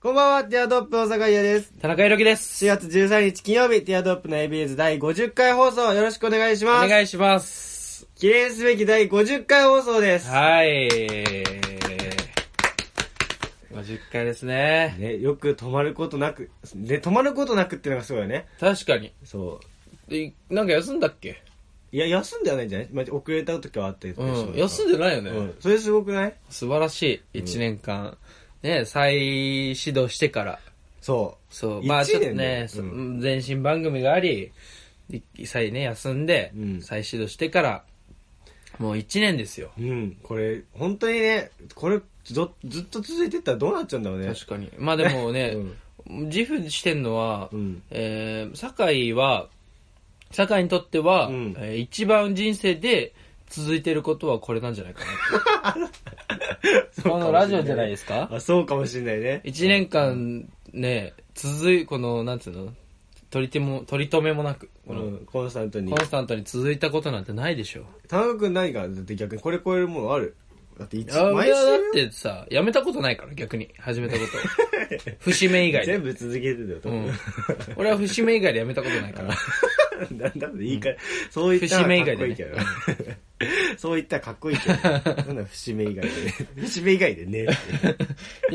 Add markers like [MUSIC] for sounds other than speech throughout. こんばんは、ティアドロップの坂井優です。田中裕樹です。 4月13日金曜日、ティアドロップの ABS 第50回放送、よろしくお願いしおます。願いします。記念すべき第50回放送です。はい。50回ですね。ね、よく止まることなく、ね、止まることなくっていうのがすごいよね。確かに。そいなんか休んだっけう。いや、休んではないんじゃない、まあ、遅れた時はあったりとうかしん。休んでないよね。うん。それすごくない素晴らしい。1年間。ね、再始動してから。そう。そう。一まあちょっと年ねで、そううん前身番組があり、い再ね、休んでうん、再始動してから、もう1年ですよ。うん、これ、本当にね、これずっ、ずっと続いてったらどうなっちゃうんだろうね。確かに。まあでもね、 [LAUGHS] うん自負してんのは、うんえー酒井は、酒井にとっては、うんえー一番人生で続いてることはこれなんじゃないか [LAUGHS] な。このラジオじゃないですかあ、そうかもしれないね。一年間ね、続い、この、なんつうの取り手も、取り留めもなく、こうの、ん、コンスタントにコン。スタントに続いたことなんてないでしょ。田中君何かだって逆にこれ超えるものあるだって一いや俺毎はだっ週てさ、やめたことないから、逆に。始め [LAUGHS] たこと。節目以外で全。部続けてるよ、多う分ん、俺は節目以外でやめたことないから。なん [LAUGHS] だいいから、そう [LAUGHS] いったら節目以かっ外こでいいねけど、 [LAUGHS] そういったらかっこいいけど、なんだ節目以外でね。 [LAUGHS] 節目以外でね [LAUGHS] って。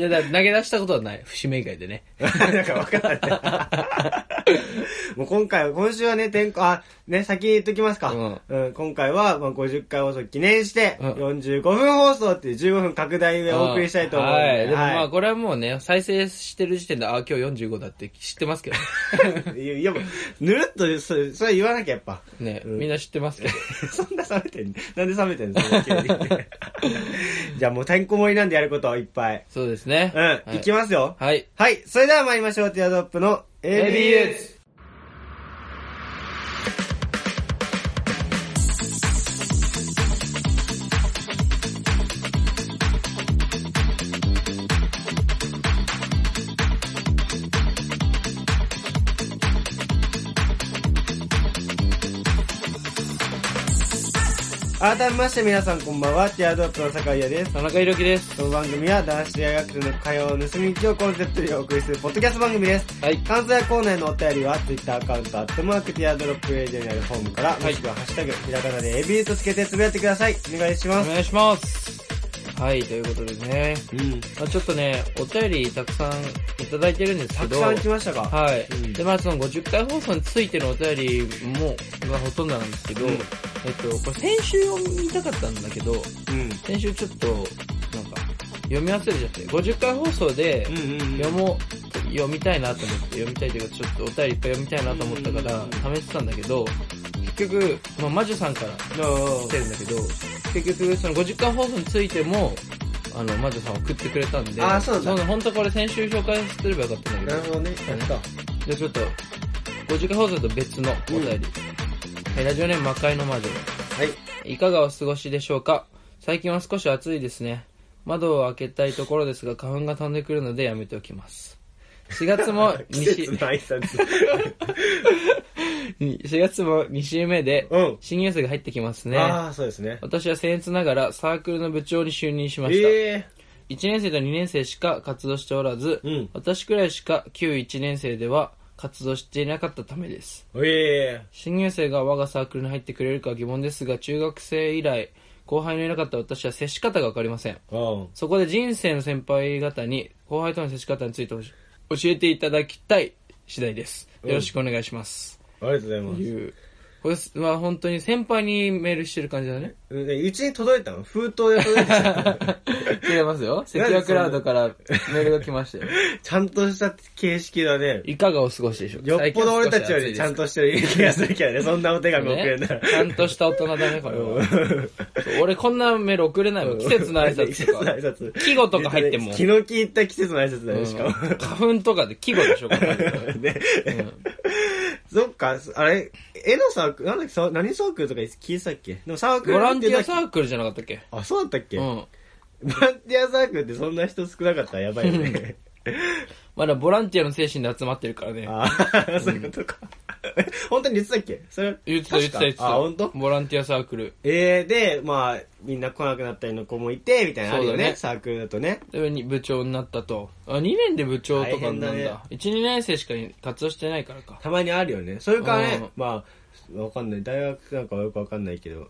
[LAUGHS] いや、だから投げ出したことはない。節目以外でね。なんか分からない。 [LAUGHS] もう今回は、今週はね、天候、あ、ね、先に言っときますか。う、うん今回は、まあ、50回放送記念して、うん45分放送っていう15分拡大でお送りしたいと思うのはい。でで、もまあはこれはもうね、再生してる時点で、あ、今日45だって知ってますけど [LAUGHS] い。いや、いやもうぬるっと、それ、それ言わなきゃやっぱ。 [LAUGHS] ね。ね、うんみんな知ってますけど。そんな冷めてんのなんで冷めてんのそんな [LAUGHS] 急にじゃあもうてんこ盛りなんでやることはいっぱい。そうですね。うん、、はいきますよ。はい。はい、それでは参りましょう。ティアドロップの ABS。改めまして皆さんこんばんは。ティアドロップの坂井優です。田中裕樹です。この番組は男子大学生の会話を盗み聞きをコンセプトにお送りするポッドキャスト番組です。はい。関西コーナーへのお便りは Twitter アカウント、アットマークティアドロップエージェにあるフォームから、もしくはハッシュタグ、ひらがなで AB とつけてつぶやいてください。お願いしまおす。願いします。はい、ということでね。うん。まあ、ちょっとね、お便りたくさんいただいてるんですたけくど。さん来ましたかはい、うんでまあその50回放送についてのお便りもがほとんどなんですけど、うんえっとこれ先週を見たかったんだけどうん。先週ちょっとなんか読み忘れちゃって50回放送でうんうんうん。読もう、読みたいなと思って読みたいというかちょっとお便りいっぱい読みたいなと思ったうんかうんら試してたんだけど結局、まあ、魔女さんから来てるんだけど結局その50回放送についてもあの魔女さん送ってくれたんであーそうだ本当これ先週紹介すればよかったんだなけるほどどね。やった。じゃあちょっと、50回放送と別のお便うり。んはいラジオネーム魔界の魔女。はい。 [LAUGHS] いかがお過ごしでしょうか最近は少し暑いですね。窓を開けたいところですが、花粉が飛んでくるのでやめておきます。4月も [LAUGHS] 季2週節の、挨拶。 4月も2週目でうん、新入生が入ってきますね。ああ、そうですね。私は僭越ながらサークルの部長に就任しました。え1年生と2年生しか活動しておらず、うん私くらいしか旧1年生では活動していなかったためです。えー。え新入生が我がサークルに入ってくれるかは疑問ですが中学生以来後輩のいなかった私は接し方が分かりませんえー。そこで人生の先輩方に後輩との接し方について教えていただきたい次第ですよろしくお願いします、うん。ありがとうございます。いうこれは本当に先輩にメールしてる感じだねうんねうちに届いたの封筒で届いたの [LAUGHS] 違いますよ関谷クラウドからメールが来ましたよちゃんとした形式だね。 [LAUGHS] いかがお過ごしでしょうかよっぽど俺たち最近よは少し暑いりですちゃんとしてる気がするけどね、そんなお手紙送れんなねら。ちゃんとした大人だね、これは。そう俺こんなメール送れないもん。季節の挨季拶節との [LAUGHS] か挨。拶。季語とか入っても気の利いた季節の挨拶だうよ、んしかも。花粉とかで季語でしょ、こ [LAUGHS] れねん。そっか、あれ、絵のサークル、なんだっけサー、何サークルとか聞いてたっけでもサークルボランティーアクサークルじゃなかったっけル。あ、そうだったっけうボん。ランティアサークルってそんな人少なかったらやばいよね。まだボランティアの精神で集まってるからね。ああ、そういうことか。え本当に言ってたっけそれ言ってた言ってた言ってたあ、本当？ボランティアサークルえー、で、まあ、みんな来なくなったりの子もいて、みたいなのあるよそうだね、ねサークルだとね。でに部長になったとあ2年で部長とかにな大ん変だだね12年生しか活動してないからかたまにあるよね。それからうんね、まあ、わかんない。大学なんかはよくわかんないけど、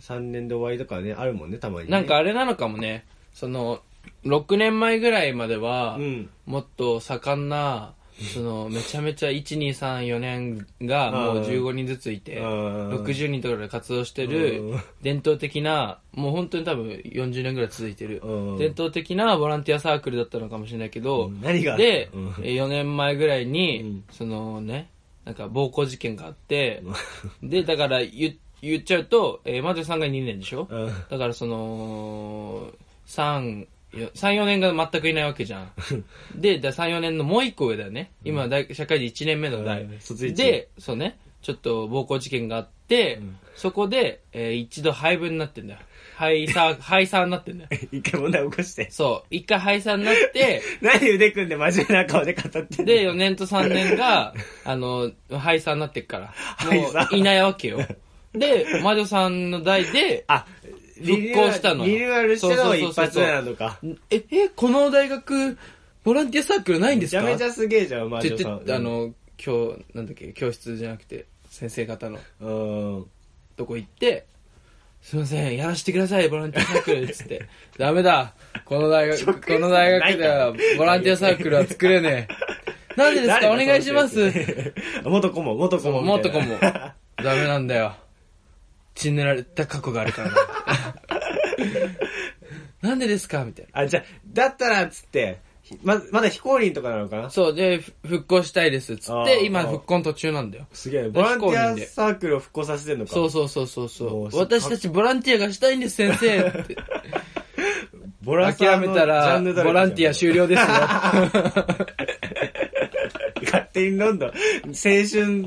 3年で終わりとかね、あるもんね、たまに、ね。なんか、あれなのかもねその6年前ぐらいまでは、うん。もっと盛んなそのめちゃめちゃ1234年がもううん15人ずついてうん60人とかで活動してうるん伝統的なもう本当に多分40年ぐらい続いてるうん伝統的なボランティアサークルだったのかもしれないけどうん何がでうん4年前ぐらいうにんそのねなんか暴行事件があってでだから言言っちゃうとえーマテさんが2年でしょうん。 [LAUGHS] だからその34年が全くいないわけじゃ [LAUGHS] んで34年のもう一個上だよね今大社会人1年目の代、うん卒一でそうねちょっと暴行事件があって、うんそこで、えー一度廃部になってんだよ廃サ [LAUGHS] ー廃サーになってんだよ一回問題起こして。そう一回廃サーに [LAUGHS] なって何腕組んで真面目な顔で語ってんので、4年と3年が、あの、廃産になってっから。も廃産う、いないわけよ。で、魔女さんの代 [LAUGHS] で、あ、復興したのよリニューアルしたのがそう一そうそう発そう目なのか。え、え、この大学、ボランティアサークルないんでめすちかゃめちゃすげえじゃん、マっジてョさ言って、あん。の、今日、なんだっけ、教室じゃなくて、先生方のうん。うん。とこ行って、すいません、やらしてください、ボランティアサークル、つって。 [LAUGHS] ダメだ、この大学、この大学では、ボランティアサークルは作れねえ。なんでですか、お願いします。あ [LAUGHS] 元子も、元子も。もっとこも。ダメなんだよ。血塗られた過去があるから [LAUGHS] な。なんでですかみたいあ、じゃあだったら、つって、ひま、まだ非公認とかなのかなな。そう、で、ふ復興したいです。つっあーて、今復興の途中なんだよ。すげえ、非ボランテ公認ィでアサークルを復興させてんのか。そうそうそうそうそもうう。す私たちボランティアがしたいんです、先生って。ボラサー [LAUGHS] 諦のめたら、ジャンヌだらけボランティア終了ですよ。 [LAUGHS] 勝手にどんどん、青春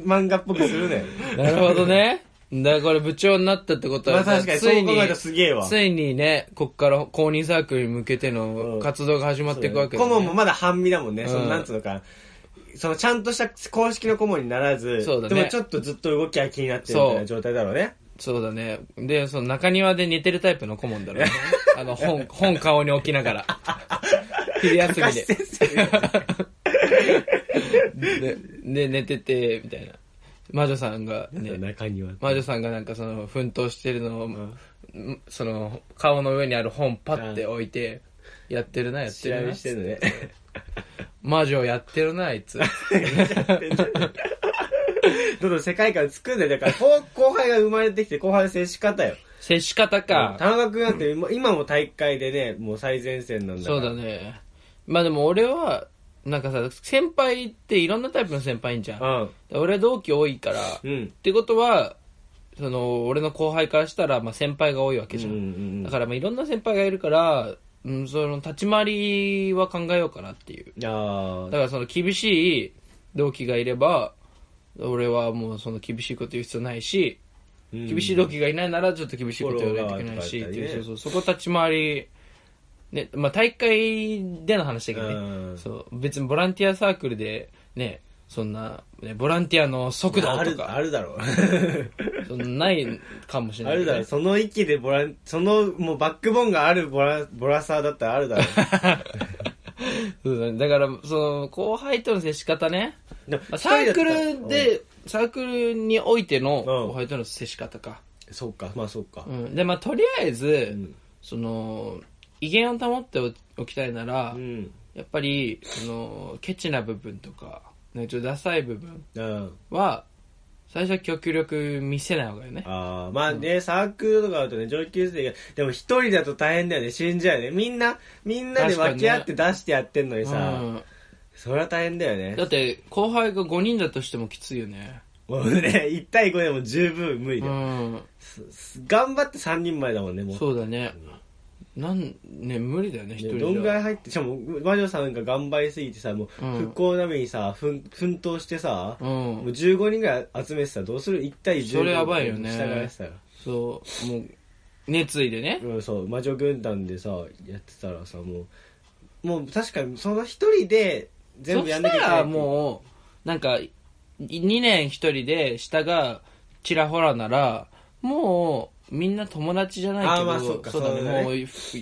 漫画っぽくするね。 [LAUGHS] なるほどね。だからこれ部長になったってことは、まあ確かに、つそうい考えたらすげえわ。ついにね、こっから公認サークルに向けての活動が始まっていくわけだ顧ね問もまだ半身だもんね、うんそのなんつうのかそのちゃんとした公式の顧問にならずそうだねでもちょっとずっと動きが気になってるみたいそうな状態だろうねそうだね。で、その中庭で寝てるタイプの顧問だ [LAUGHS] ろうね。あの、本、本顔に置きな [LAUGHS] がら。昼休み高橋で。先生で、で寝てて、みたいな。魔女さんが、ね、中には魔女さんがなんかその、奮闘してるのを、んその、顔の上にある本パッて置いて、やってるな、やって試る合なし。てるのね魔女やってるな、あ [LAUGHS] いつ。どんどん世界観作んだよだから後後輩が生まれてきて後輩の接し方よ接し方田か。中君なんて今今も大会でねもう最前線なんだかそらうだね。まあでも俺は、なんかさ、先輩っていろんなタイプの先輩いんじゃん。俺同期多いから、うんうんってことはその俺の後輩からしたら、まあ、先輩が多いわけじゃん、うんうんうんだから、まあ、いろんな先輩がいるから、うん、その立ち回りは考えようかなっていうあだあからその厳しい同期がいれば俺はもうその厳しいこと言う必要ないし、厳しい同期がいないならちょっと厳しいこと言わないといけないしっていうフォローがとか言ったりねそうそうそこ立ち回りねまあ、大会での話だけどね、うんそう別にボランティアサークルでねそんな、ね、ボランティアの速度あとるかあるだ [LAUGHS] ろうそのないかもしれなあい、るだろ、その域でボラン、その、もうバックボーンがあるボラ、ボラサーだったらあるだろ。 [LAUGHS] そうだね。だから、その、後輩との接し方ね。でまあサークル、一人だったらで、サークルにおいてのん後輩との接し方か。うんそうか、まあそうかう。ん。で、まあ、とりあえず、んその、威厳を保っておきたいなら、うん。やっぱり、その、ケチな部分とか、ね、ちょっとダサい部分うん。は、最初は極力見せない方がいいね。ああ、まあね、サークルとかあるとね、上級生が、でも一人だと大変だよね、死んじゃうよね。みんな、みんなで確かに分ねけ合って出してやってんのにさ、うんそれは大変だよだね。って、後輩が5人だとしてもきついよね。もうね、1対5でも十分無理うだよ。ん。す頑張って3人前だもんね、もう。そうだね。なん、ね、無理だよね、一人ねじゃ。どんぐらい入ってしかも魔女さんが頑張りすぎてさもううん復興並みにさ、ふん奮闘してさ、う。もうん15人ぐらい集めてさどうする1対10それやばいよね従えてたよ、そう、もう、熱意でね。うん、そう魔女軍団でさやってたらさもうもう確かにその一人で全部やんなきゃいけそしたないらもう、なんか、 2年一人で下がちらほらならもうみんな友達じゃないけどあーまあそっかうだねそうだねもう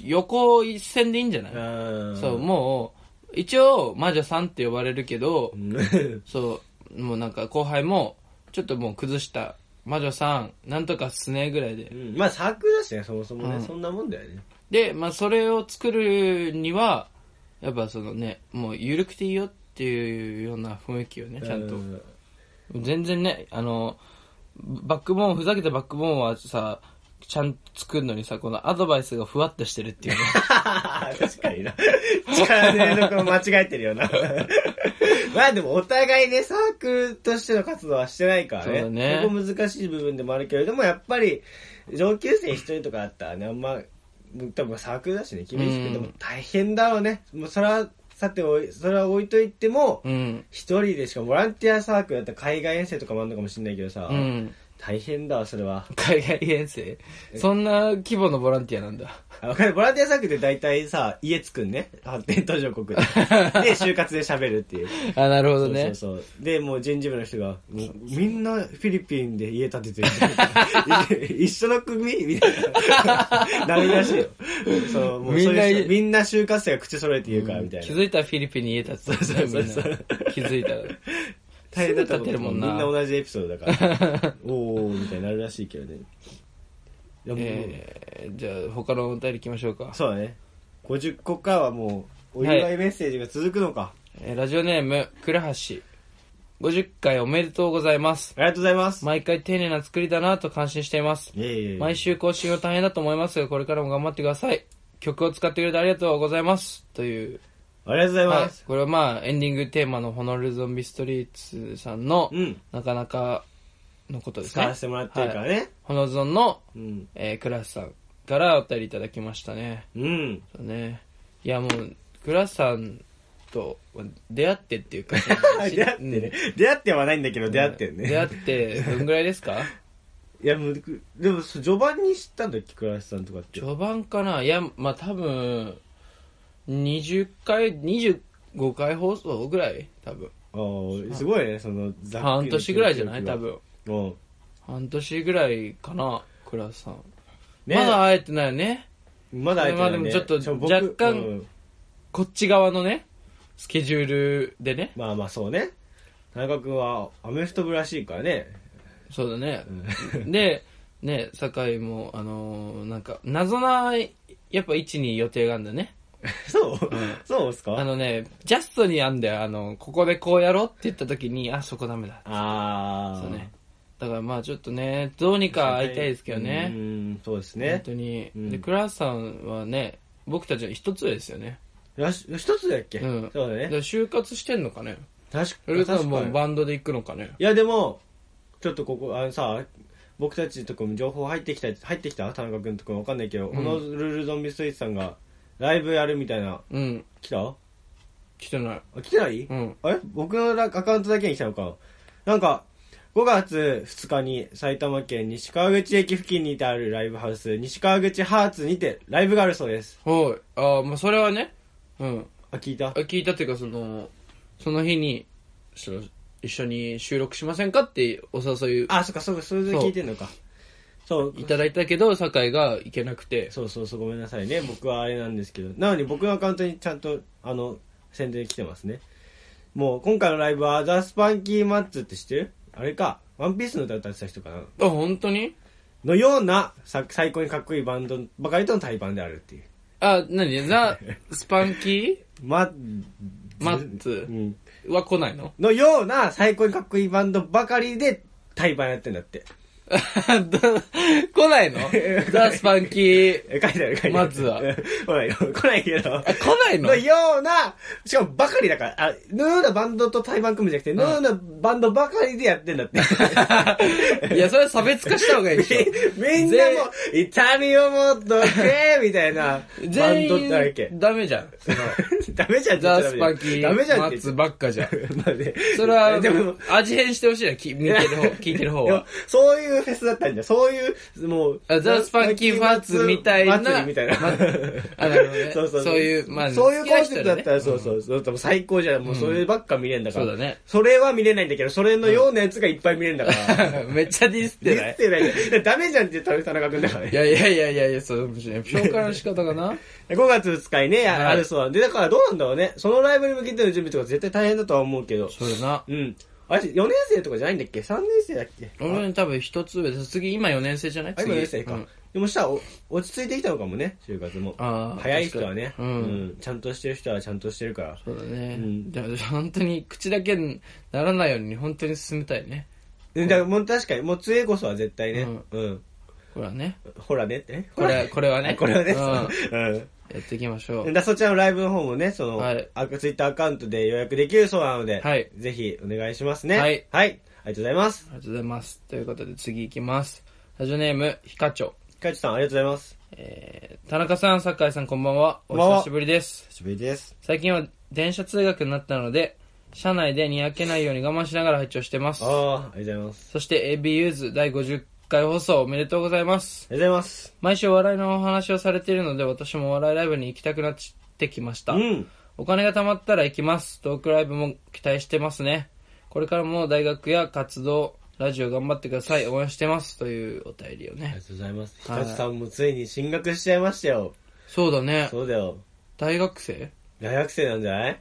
横一線でいいんじゃない、うん。そうもう一応魔女さんって呼ばれるけど、 [LAUGHS] うん。そうもうなんか後輩もちょっともう崩した魔女さんなんとかっすねぐらいでまあ、作だしね、そもそもうね。んそんなもんだよね。で、まあ、それを作るにはやっぱそのねもう緩くていいよっていうような雰囲気をねちゃんとう全然ねあのバックボーンふざけたバックボーンはさちゃんと作るのにさこのアドバイスがふわっとして [LAUGHS] るっていうね確かにな。力の入れどころ間違えてるよな。 [LAUGHS] まあでもお互いね、サークルとしての活動はしてないからね。そうだねここ難しい部分でもあるけれども、やっぱり上級生一人とかあったらね、あんま、多分サークルだしね、厳しうくんても大変だろうね。もうそれは、さておい、それは置いといても、うん一人でしかもボランティアサークルだったら海外遠征とかもあるのかもしれないけどさ、うん大変だわ、それは。海外遠征そんな規模のボランティアなんだあわかる。 [LAUGHS] ボランティアサークルって大体さ、家作んね。発展途上 [LAUGHS] 国で。で、就活で喋るっていう。あなるほそどうねそうそう。で、もう人事部の人が、もうみんなフィリピンで家建ててる。 [LAUGHS] 一緒の組みたいな。なるらしいよ。そう、もうそういう人みみんな就活生が口揃えて言うから、みたいな。気づいたらフィリピンに家建てそたうそうそうみんな気 [LAUGHS] づいたら大変だったすぐ立てるもんなみんな同じエピソードだから。おー、みたいになるらしいけどね。いやもう [LAUGHS] えー、じゃあ他のお便り行きましょうか、そうだね。50個からはもう、お祝いメッセージが続くのか。えーラジオネーム倉橋50回おめでとうございますありがとうございます。毎回丁寧な作りだなと感心していますいえいえいえ毎週更新は大変だと思いますがこれからも頑張ってください曲を使ってくれてありがとうございますという、ありがとうございはいます。、これはまあエンディングテーマの「ホノルルゾンビストリート」さんの、うんなかなかのことです使ねわせてもらってるからね。ホノルゾンの、うん。えー、クラスさんからお便りいただきましたねうん。そうねいやもうクラさんと出会ってっていうか [LAUGHS] 出会ってね。出会ってはないんだけど、出会ってね。出会ってどんぐらいで [LAUGHS] すかいや、もう、でも、そう序盤に知ったんだっけ、倉橋さんとかって。序盤かないやまあ多分20回25回放送ぐらい多分ああ、すごいね、その、ざっくり半年ぐらいじゃない多。分うん。半年ぐらいかなクラさん、ねまだ会えてないよねまだ会えてないねまあでもちょっと僕若干うんこっち側のねスケジュールでねまあまあ、そうね。田中君は、アメフト部らしいからね。 [LAUGHS] そうだね、で、ね、酒井も、あのーなんか、謎な、やっぱ位置に予定があるんだね。そう、そうっすかあのね、ジャストにあんだよ。あの、ここでこうやろうって言った時に、あ、そこダメだ。ああ。そうね。だからまあちょっとね、どうにか会いたいですけどうね。ん、そうです本ね。当に。うんで、倉橋さんはね、僕たちの一つ上ですよね。よし一つだっけ、うんそうだだかね。ら就活してんのかね確かそれと確もかうに。バンドで行くのかねいやでもちょっとここあのさ僕たちとかも情報入ってきた入ってきた田中君とかわかんないけど、んこのルールゾンビストリートさんがライブやるみたいなうん。来たあ来てない。来てない、うん。あれ僕のラアカウントだけに来たのかなんか5月2日に埼玉県西川口駅付近にてあるライブハウス西川口ハーツにてライブがあるそうですおい。ああ、まあそれはね、うん。あ聞いたあ聞いたっていうかそのその日にその一緒に収録しませんかってお誘いあそっかそっかそれで聞いてんのかそういただいたけど酒井が行けなくてそうそうそうごめんなさいね僕はあれなんですけどなのに僕のアカウントにちゃんとあの宣伝来てますねもう今回のライブは「ザ・スパンキー・マッツ」って知ってるあれか「ワンピースの歌歌ってた人かなあ本当にのようなさ最高にかっこいいバンドばかりとの対バンであるっていうあ何ザ・スパン [LAUGHS] キマーマッツうん、は来ないののような最高にかっこいいバンドばかりで対バンやってんだって [LAUGHS] ど来な [LAUGHS] いのザ・スパンキーえ書いてある書いてあるマッツ [LAUGHS] は来ないよ来ないけどあ来ないののような、しかもばかりだから、あ、のようなバンドと対バン組むんじゃなくて、のようなバンドばかりでやってんだって。いやそれは差別化した方がいいでしょ [LAUGHS] みんなも、痛みをもっとけみたいな、バン全ドってあるっけ員。ダメじゃんその [LAUGHS] ダメじゃんって言っザ・ちゃダスメパンキーダメじゃんマって言ッっちゃツ [LAUGHS] ばっかじゃんまあねそれはでも、味変してほしいなき見てる方聞いてる方ではもそういういうフェスだったんじゃん。そういう、もう。あザスパンキーファッツみたいな祭りみたいな。まああなるほどね [LAUGHS] そうそう。そういうまあそういう好きなコン人セプトだっただねら、そうそう。そうでも最高じゃん。もうそればっか見れんだから。うんそうだねそれは見れないんだけど、それのようなやつがいっぱい見れんだから。 [LAUGHS] めっちゃディスっデてなィスっいてないじゃん。 [LAUGHS] だからダメじゃんって言ったら田中君だからねい。やいやいやいやいや、そう、紹介の仕方かな5月2日にね、はいあるそうなんで、だからどうなんだろうね。そのライブに向けての準備とか絶対大変だとは思うけど。そうだな。うん。あれ、4年生とかじゃないんだっけ ?3 年生だっけ俺に多分一つ上で、次今4年生じゃないあ、今4年生か。うんでもしたらお落ち着いてきたのかもね、就活も。あー早い人はね、確かにうんちゃんとしてる人はちゃんとしてるから。そうだねうん。でも本当に口だけにならないように本当に進めたいね。うん、だからもう確かに、もう杖こそは絶対ね、うん。これはね。ほらねってね。これ、これは [LAUGHS] ね。これはね、うんうん。やっていきましだょかう。らそちらのライブの方もね、その、はいあツイッターアカウントで予約できるそうなので、はいぜひお願いしますね。はいはい。ありがとうございます。ありがとうございます。ということで次行きます。ラジオネーム、ひかちょ。かいちさん、ありがとうございます。えー、田中さん、酒井さん、こんばんは。おこんばんは久しぶりです。久しぶりです。最近は電車通学になったので、車内でにやけないように我慢しながら拝聴してますあ。あ、ありがとうございます。そして ABU ズ第50回放送おめでとうございます。ありがとうございます。毎週お笑いのお話をされているので、私もお笑いライブに行きたくなってきました。うん。お金が貯まったら行きます。トークライブも期待してますね。これからも大学や活動、ラジオ頑張ってください。応援してます。というお便りをありねが。とうございます。ひはいかちさんもついに進学しちゃいましたよ。そうだね。そうだよ。大学生大学生なんじゃない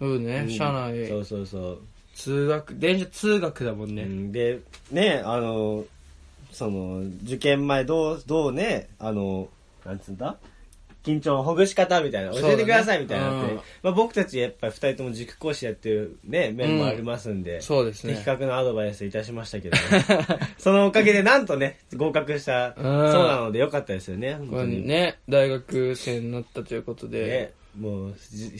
うんね。社内、そうそうそう。通学、電車通学だもんね。うんで、ね、あの、その、受験前どう、どうね、あの、なんつうんだ緊張のほぐし方みたいな、そう教だねえてくださいみたいなのって、うんまあ僕たちやっぱり二人とも塾講師やってるね、面もありますんで、そうですね的確なアドバイスいたしましたけどね。 [LAUGHS] そのおかげでなんとね、合格した、そうなのでよかったですよね、本こ当れに。ね、大学生になったということでね。もう、じ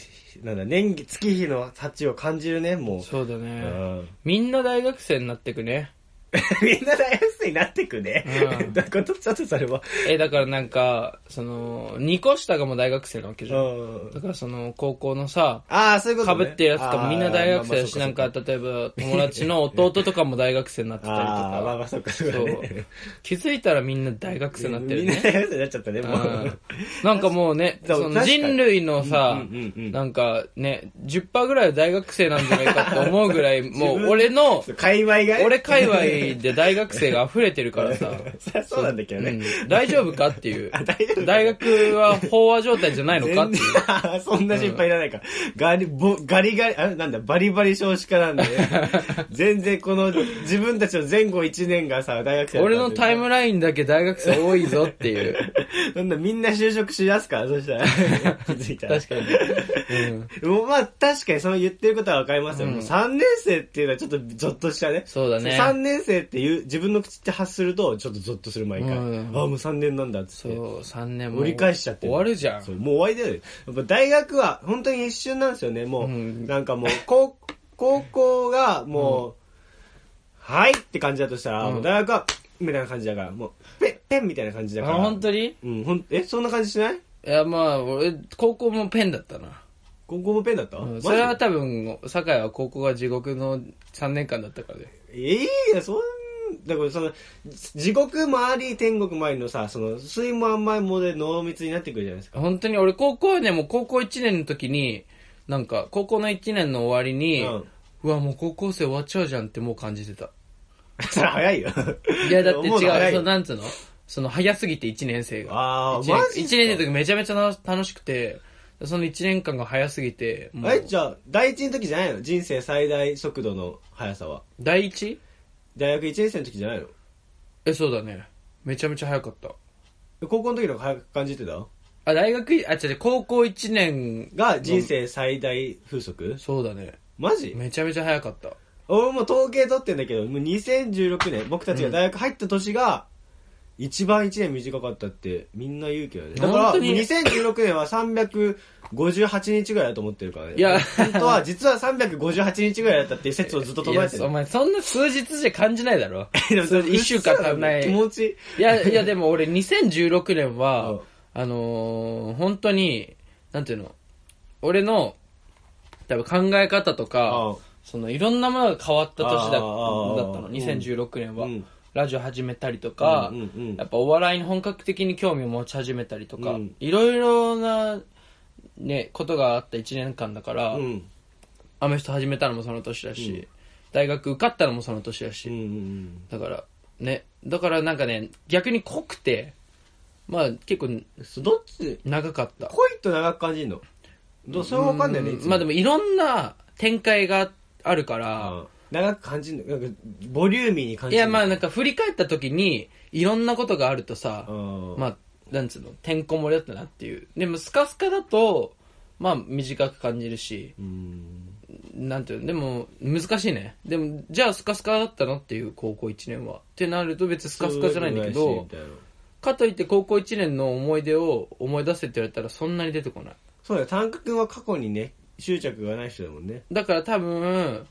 なんだ、年月、月日の立ちを感じるね、もう。そうだね、うんみんな大学生になってくね。 [LAUGHS] みんな大学生になってくね。うんどういうことちょっとそれは。え、だからなんか、その、二個下がもう大学生なわけじゃん。うんだからその、高校のさ、ああ、そういうことかね。ぶってるやつとあかーみんな大学生だし、まなあんまか、あ例えば友達の弟とかも大学生になってたりとああー、まあまか。あ、そっか、 [LAUGHS] そそうかね。う。気づいたらみんな大学生になってるみんなね。大学生になっちゃったね、うもんう。なんかもうね、そうその確かに人類のさうんうんうんう、んなんかね、10%ぐらいは大学生なんじゃないかと思うぐらい、もう [LAUGHS] 俺の、界隈が俺界隈で大学生が溢れてるからさ。そりゃ [LAUGHS] そうなんだけどね。うん大丈夫かっていう [LAUGHS] あ大丈夫。か大学は飽和状態じゃないのかっていう。全然 [LAUGHS] そんな心配いらないから。ガリ、ぼガリガリ、あれなんだ、バリバリ少子化 [LAUGHS] なんで、全然この、自分たちの前後1年がさ、大学生だった俺のタイムラインだけ大学生多いぞっていう。なんだ、みんな就職しやすから、そ [LAUGHS] したら。気づいたら。確かに。うん。もうまあ、確かにその言ってることはわかりますよ。もう3年生っていうのはちょっとゾッとしたね。そうだね3年生っていう、自分の口って発すると、ちょっとゾッとする毎回。うんああ、もう3年なんだっつそって。う、3年も。折り返しちゃって終わるじゃんそ。うもう終わりだよ。やっぱ大学は本当に一瞬なんですよね。もう、うんなんかもう、高高校がもう、はいって感じだとしたら、うんもう大学は、みたいな感じだから、もう、ペン、ペンみたいな感じだあ、から。本当にいうん、ほん、え、そんな感じしないや、まあ、俺、高校もペンだったな。高校もペンだった、うんマジそれは多分、酒井は高校が地獄の3年間だったからね。ええや、そん、だからその、地獄もあり、天国もありのさ、その、水もあんまりもで濃密になってくるじゃないですか。本当に俺、高校はね、もう高校1年の時に、なんか、高校の1年の終わりに、うんうわ、もう高校生終わっちゃうじゃんってもう感じてた。 [LAUGHS] それ早いよ。いや、だって [LAUGHS] 違思の早う、いその、なんつうのその、早すぎて1年生が。ああ、 1マジ年生の時めちゃめちゃな楽しくて、その1年間が早すぎて、もうえ、じゃあ、第一の時じゃないの人生最大速度の速さは。第一大学1年生の時じゃないのえ、そうだね。めちゃめちゃ早かった。高校の時の方が早く感じてたあ、大学い、あ、違う違う、高校1年が、が人生最大風速そうだね。マジめちゃめちゃ早かった。俺も統計取ってんだけど、もう2016年、僕たちが大学入った年が、一番1年短かったってみんな言うけどね。だから、も本う当に2016年は358日ぐらいだと思ってるからね。いや本当は、実は358日ぐらいだったっていう説をずっとい唱えやて、おる。前そんな数日じゃ感じないだろ。数一週間足んない。気持ち。いや、いやでも俺2016年うんは、あのー本当に、なんていうの、俺の、多分考え方とかうん、そのいろんなものが変わった年だだったあーあーあーの、2016年はうん。ラジオ始めたりとか、うんうんうんやっぱお笑いに本格的に興味を持ち始めたりとか、うんいろいろな、ね、ことがあった1年間だから、うんアメフト始めたのもその年だし、大学受かったのもその年だし、うんうんだから、ね、だからなんかね、逆に濃くて、まあ結構うんどっち長かった。濃いと長く感じるのどうそれは分かんないねういつまあでもいろんな展開があるから、うん長く感じるのなんかボリューミーに感いじるやまあなんか振り返った時にいろんなことがあるとさ、うんまあなんつうのてんこ盛りだったなっていうでもスカスカだとまあ短く感じるしうんなんていうのでも難しいねでもじゃあスカスカだったのっていう高校1年はってなると別にスカスカじゃないんだけそういうわどけもないしみたいなかといって高校1年の思い出を思い出せって言われたらそんなに出てこないそうだよ短歌君は過去にね執着がない人だもんねだから多分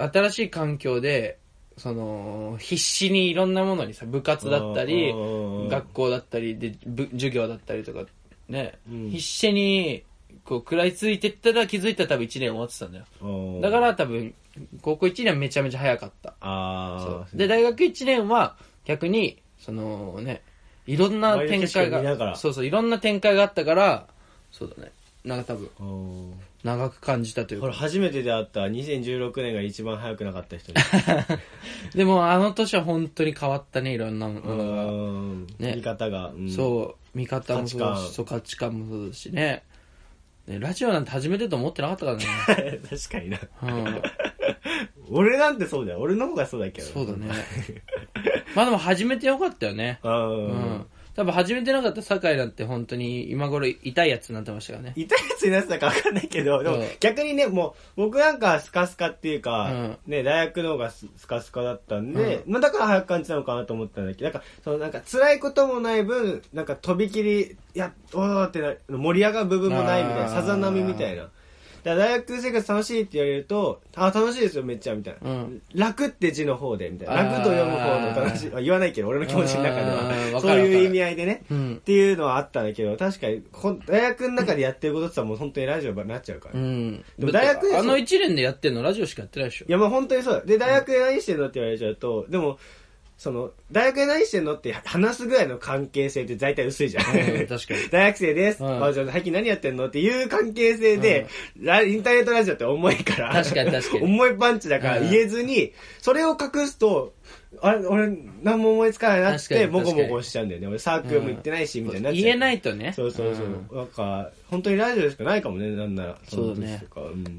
新しい環境でその必死にいろんなものにさ部活だったりうんうんうん学校だったりでぶ授業だったりとかね、うん必死にこう食らいついてったら気づいたら多分1年終わってたんだようんだから多分高校1年はめちゃめちゃ早かったあそうあで大学1年は逆にそのねいろんな展周開りの景色を見なががらそうそういろんな展開があったからそうだねなんか多分うん長く感じたというこかれ初めて出会った2016年が一番早くなかった人に [LAUGHS] でもあの年は本当に変わったねいろんなもうのが、んね見方がうんそう見方もそうだ価値し観そう価値観もそうだしねねラジオなんて始めてると思ってなかったから [LAUGHS] ね、 [LAUGHS] 確かになうん、俺なんてそうだよ俺の方がそうだけどそうだ [LAUGHS] ねまあでも始めてよかったよねあうーん多分始めてなかった酒井なんて本当に今頃痛いやつになってましたからね痛いやつになってたか分かんないけど、でもそう逆にね、もう僕なんかはスカスカっていうか、うんね、大学の方がススカスカだったんで、まあだから早く感じたのかなと思ったんだけど、なんか、そのなんか辛いこともない分、なんか飛び切り、や、おーってな、盛り上がる部分もないみたいな、あーさざ波みたいな。だから大学生活楽しいって言われると、あ、楽しいですよ、めっちゃ、みたいな。うん楽って字の方で、みたいな。あー楽と読む方の楽しい。あ言わないけど、俺の気持ちの中であーは。わそうかるいう意味合いでね。うんっていうのはあったんだけど、確かに、こん大学の中でやってることってさ、もう本当にラジオになっちゃうから。ういんでも大学であの1年でやってんのラジオしかやってないでしょや、まあ本当にそうだ。で、大学で何してんのって言われちゃうと、でも、その、大学で何してんのって話すぐらいの関係性って大体薄いじゃん。うん確かに [LAUGHS] 大学生です。うんあじゃあ最近何やってんのっていう関係性で、ラインターネットラジオって重いから。確かに確か [LAUGHS] に重いパンチだからうん言えずに、それを隠すと、あれ、俺、何も思いつかないなっ確かて、にモ確かコにモコしちゃうんだよね。俺サークルも行ってないし、みたいになっちゃう言えないとねそうそうそう、んなんか本当にラジオしかないかもねなんならそうだねその時とか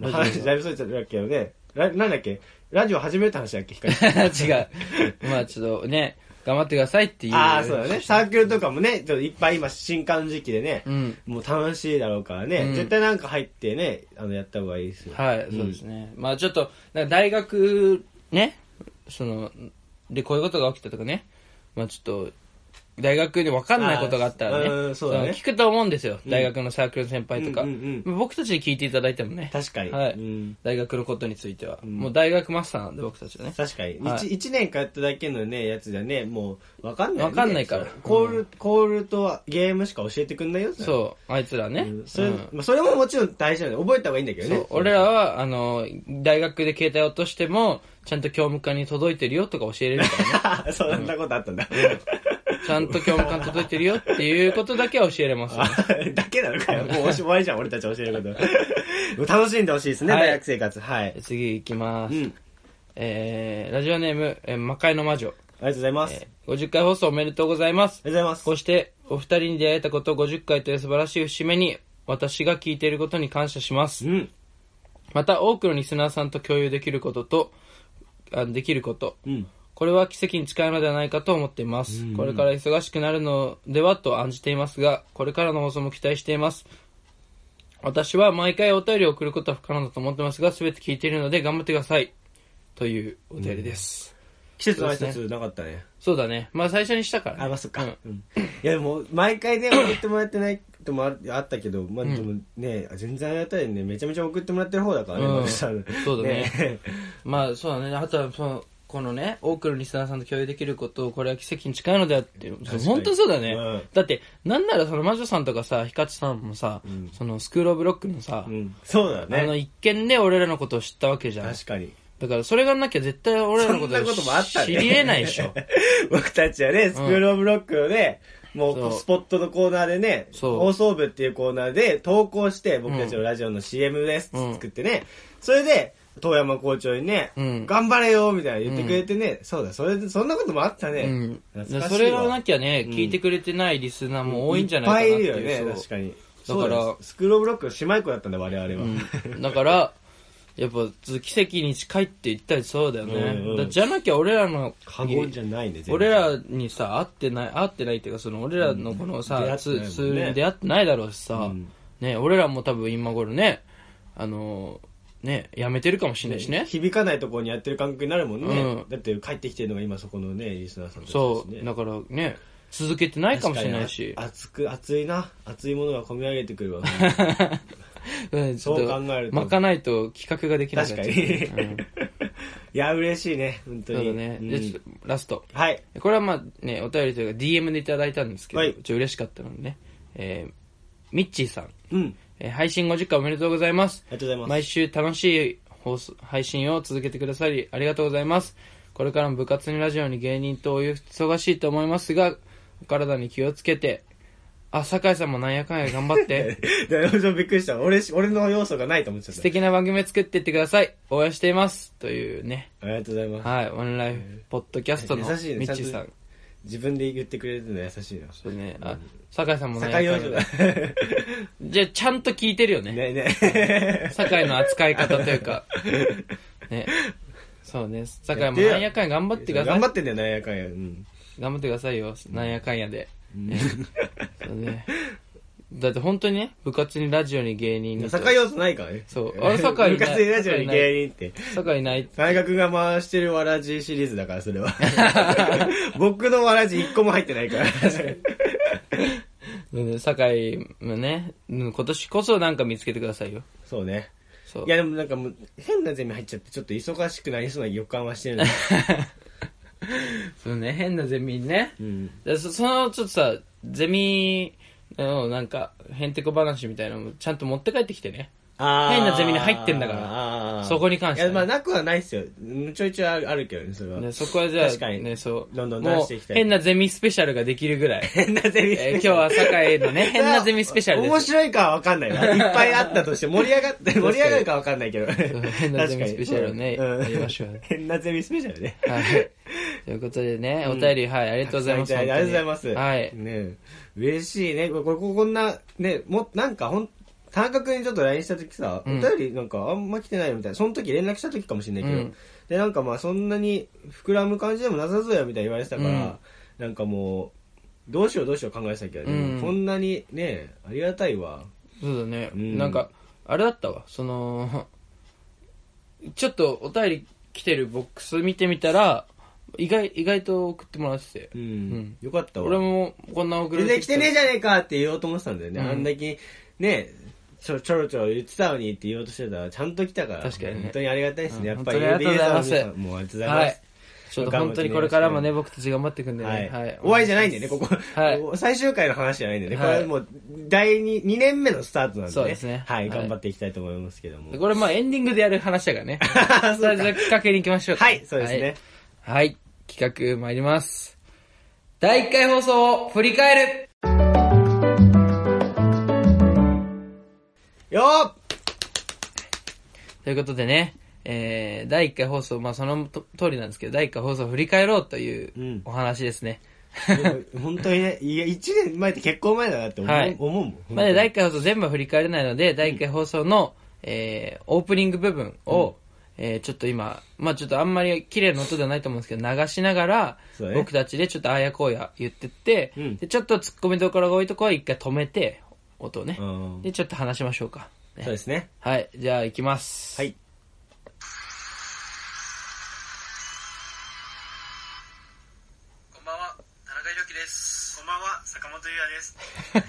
うんラジオ話だいぶそれちゃったけどねラなんだっけラジオ始めるって話だっ [LAUGHS] け違う。 [LAUGHS] まあちょっとね、頑張ってくださいっていう。ああそうだねサークルとかもねちょっといっぱい今新刊時期でね、うんもう楽しいだろうからね、うん絶対なんか入ってねあのやった方がいいですよはい、そうですね。まあちょっと、なんか大学、ね、その、で、こういうことが起きたとかね、まあちょっと、大学で分かんないことがあったらね、あーうんそうだねの聞くと思うんですよ。大学のサークルの先輩とか。うんうんうんまあ僕たちに聞いていただいてもね。確かにはい。うん大学のことについては。もう大学マスターなんで僕たちはね。確かに、はい一一年通っただけのねやつじゃねもうわかんない、ね、わかんないからそうコール、コールとゲームしか教えてくんないようそう、あいつらね。それ,、うんまあ、それももちろん大事なので覚えた方がいいんだけどねそう、俺らは、あの、大学で携帯落としても、ちゃんと教務課に届いてるよとか教え [LAUGHS] れるからね。 [LAUGHS] そんなことあったんだ。ちゃんと教務課に届いてるよっていうことだけは教えれます。あ [LAUGHS] だけなの [LAUGHS] かよ。もうおしまいじゃん、俺たち教えること。楽しんでほしいですね、はい大学生活。はい。次行きます。うんえー、ラジオネーム、えー魔界の魔女。ありがとうございます。あえりー、50回放送おめでとうございます。がとうございますこ。うして、お二人に出会えたこと50回という素晴らしい節目に、私が聞いていることに感謝しますう。ん。また、多くのリスナーさんと共有できることと、あできること、うん。これは奇跡に近いのではないかと思っています。これから忙しくなるのではと案じていますが、これからの放送も期待しています。私は毎回お便りを送ることは不可能だと思ってますが、すべて聞いているので頑張ってください。というお便りです。季節の挨拶なかったね。そうだね。まあ最初にしたから、ね。あ、まあ、そっかうん。うんいや、でも、毎回ね、送ってもらってないこともああったけど、まあ、でもね、全然ありがたいね。めちゃめちゃ送ってもらってる方だからね、うんマルさんそうだね。まあそうだね。あとはその、このね、多くのリスナーさんと共有できることを、これは奇跡に近いのであっていう。かに本当そうだね。うんだって、なんならその魔女さんとかさ、ヒカチさんもさ、そのスクールオブロックのさ、うんそうだあのね。一見で俺らのことを知ったわけじゃん。確かに。だからそれがなきゃ絶対俺らのことそんなこともあったね知り得ないでしょ。 [LAUGHS] 僕たちはね、スクールオブロックのね、そもううスポットのコーナーでね、そう放送部っていうコーナーで投稿して、僕たちのラジオの CM ですっうてん作ってね、それで、遠山校長にね、うん頑張れよみたいな言ってくれてね、そうだ、それで、そんなこともあったね。うん。だ懐からかしいわそれがなきゃね、うん聞いてくれてないリスナーも多いんじゃないかなってっぱいいるよいね、う。確そかに。だからそうですスクールオブロックの姉妹校だったんだ、我々は。ううんだから、やっぱ、奇跡に近いって言ったりそうだよね。うんうんだじゃなきゃ俺らの、過言じゃないね、全然俺らにさ、会ってない、会ってないっていうか、その俺らのこのうん出さ、会ってないツもんねツールに出会ってないだろうしさ、うんね、俺らも多分今頃ね、あの、ね、やめてるかもしれないしね。響かないところにやってる感覚になるもんね、うんだって帰ってきてるのが今そこのねリスナーさんたちそすう、ねだからね、続けてないかもしれない確。しかに熱く熱いな熱いものが込み上げてく [LAUGHS] るわうんちょっとそう考えると巻かないと企画ができなく確なかっちに、ゃう。 [LAUGHS] いや嬉しいね本当うん、にそうだね。うんで、ちょっとラスト。はいこれはまあね、お便りというか DM でいただいたんですけど、はいちょっと嬉しかったのでね。えー、ミッチーさん、うんえー配信50回おめでとうございます。ありがとうございます [LAUGHS] 毎週楽しい放送配信を続けてくださりありがとうございますこれからも部活にラジオに芸人とお忙しいと思いますがお体に気をつけてあ酒井さんもなんやかんや頑張ってでちょっとびっくりした俺し俺の要素がないと思っちゃっ素た敵な番組作っていってください応援していますというねありがとうございます、はいワンライフポッドキャストのミ優しいねッチーさちゃんんと自分で言ってくれるの優しいなそうねあ酒井さんもなんやか酒ん井や養女だ [LAUGHS] じゃあちゃんと聞いてるよねねね酒井の扱い方という [LAUGHS] かねそうね酒井もなんやかんや [LAUGHS] 頑張ってくださ頑い張ってんだよなんやかんや、うん、頑張ってくださいよなんやかんやで、そうねだって本当にね部活にラジオに芸人にと酒井要素ないからねそう俺酒井いない部活でラジオに芸人って酒井ない大学が回してるわらじシリーズだから、それ [LAUGHS] は。僕のわらじ一個も入ってないから。 [LAUGHS] うん酒井もねうん今年こそなんか見つけてくださいよそうね。そういや、でもなんかもう、変なゼミ入っちゃって、ちょっと忙しくなりそうな予感はしてるんだそうね変なゼミねうん。でそそのちょっとさゼミのなんかへんてこ話みたいなのもちゃんと持って帰ってきてねあ変なゼミに入ってんだかららそこに関していはや、まあ、なくはないっすよ。うんちょいちょいあるあるけどね、それは。ねそこはじゃ確あかにねそうどんどん出もしてういきたい変なゼミスペシャルができるぐらい変なゼミス [LAUGHS] えペシー今日ャル。は酒井のね変なゼミスペシャルです面白いかは分かんないわ。 [LAUGHS] いっぱいあったとして、盛り上がって、か盛にり上がるか分かんないけど。う変なゼミスペシャルをね確かにやりましょう変なゼミスペシャルね。はい。ということでね、お便り、はい、ありがとうございます。ありがとうございます。本当にはい。ね嬉しいね。これ、これこんな、ね、も、なんかほん、田中君にちょっと LINE した時さ、うんお便りなんかあんま来てないよみたいな、その時連絡した時かもしれないけど、うんで、なんかまあそんなに膨らむ感じでもなさそうやみたいに言われてたから、うんなんかもう、どうしようどうしよう考えてたけど、でもうんこんなにね、ありがたいわ。そうだね。うんなんか、あれだったわ。その、ちょっとお便り来てるボックス見てみたら、意外、意外と送ってもらっててうん。。んよかったわ。俺もこんな送ら全れ然て来てねえじゃねえかって言おうと思ってたんだよね。うんあんだけ、ね、ちょちょろちょろ言ってたのにって言おうとしてたら、ちゃんと来たから。確かにね本当にありがたいですね。うんやっぱり本当にありがとうございます LDS の皆さんもうありがとうございはまいす。。ちょっと本当にこれからもね、僕たち頑張っていくんではね。い。はい。終わりじゃないんだよね、ここ。はい [LAUGHS] 最終回の話じゃないんだよね。はいこれもう、第2、2年目のスタートなんで、ね。そうですねはい、はい頑張っていきたいと思いますけど [LAUGHS] も。これまあエンディングでやる話だか [LAUGHS] らね。あそれじゃあ企画に行きましょうかはいそうですね。はい。はい企画参ります。第1回放送を振り返るよーっ [LAUGHS] ということでね、えー、第1回放送、まあそのと通りなんですけど、第1回放送を振り返ろうといううんお話で [LAUGHS] すね。でも本当にね、いや、1年前って結構前だなって思う,、はい思うもん。本当にまあね、第1回放送全部は振り返れないので、第1回放送の、えー、オープニング部分を、えー、ちょっと今、まあちょっとあんまり綺麗な音ではないと思うんですけど、流しながら、そうだね僕たちでちょっとああやこうや言ってって、うんでちょっと突っ込みどころが多いとこは一回止めて、音をね、うんでちょっと話しましょうか。ねそうですね。はい、じゃあ行きます。はい。こんばんは、田中裕樹です。こんばんは、坂本優也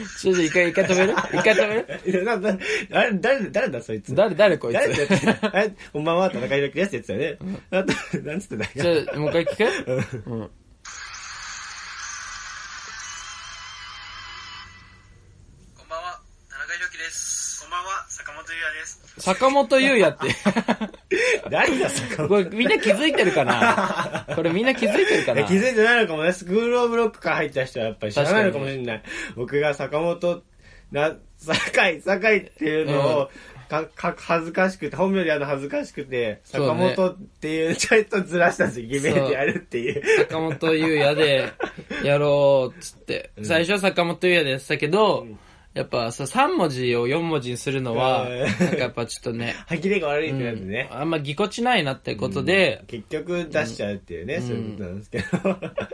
です。ちょっと一回、一回止める一回止め [LAUGHS] るいやななあれ、誰、誰だ、そいつ。誰、誰こいつ。誰ってやつあれこんばんは、田中裕樹ですって言ってたよね。あと、なんつってたっけ [LAUGHS] ちょ、もう一回聞くうん。こんばんは、田中裕樹です。こんばんは、坂坂本優也です。坂本優也って。誰だ、坂 [LAUGHS] こ本。れみんな気づいてる [LAUGHS] かなこれみんな気づいてるかえな気づいてないのかもね。スクールオブロックから入った人はやっぱり知らないのかもしれない。僕が坂本、な、坂井、坂井っていうのを、か、か、恥ずかしくて、本名でやるの恥ずかしくて、そう坂だね本っていう、ちょっとずらしたんですよ。偽名でやるっていう。坂本優也でやろうっつって、最初は坂本優也でやってたけど、やっぱさ3文字を4文字にするのは、うんなんかやっぱちょっ [LAUGHS] とね、歯切れが悪いってなってうんね。あんまぎこちないなってことで、結局出しちゃうっていうね、そういうことなんです [LAUGHS] けど。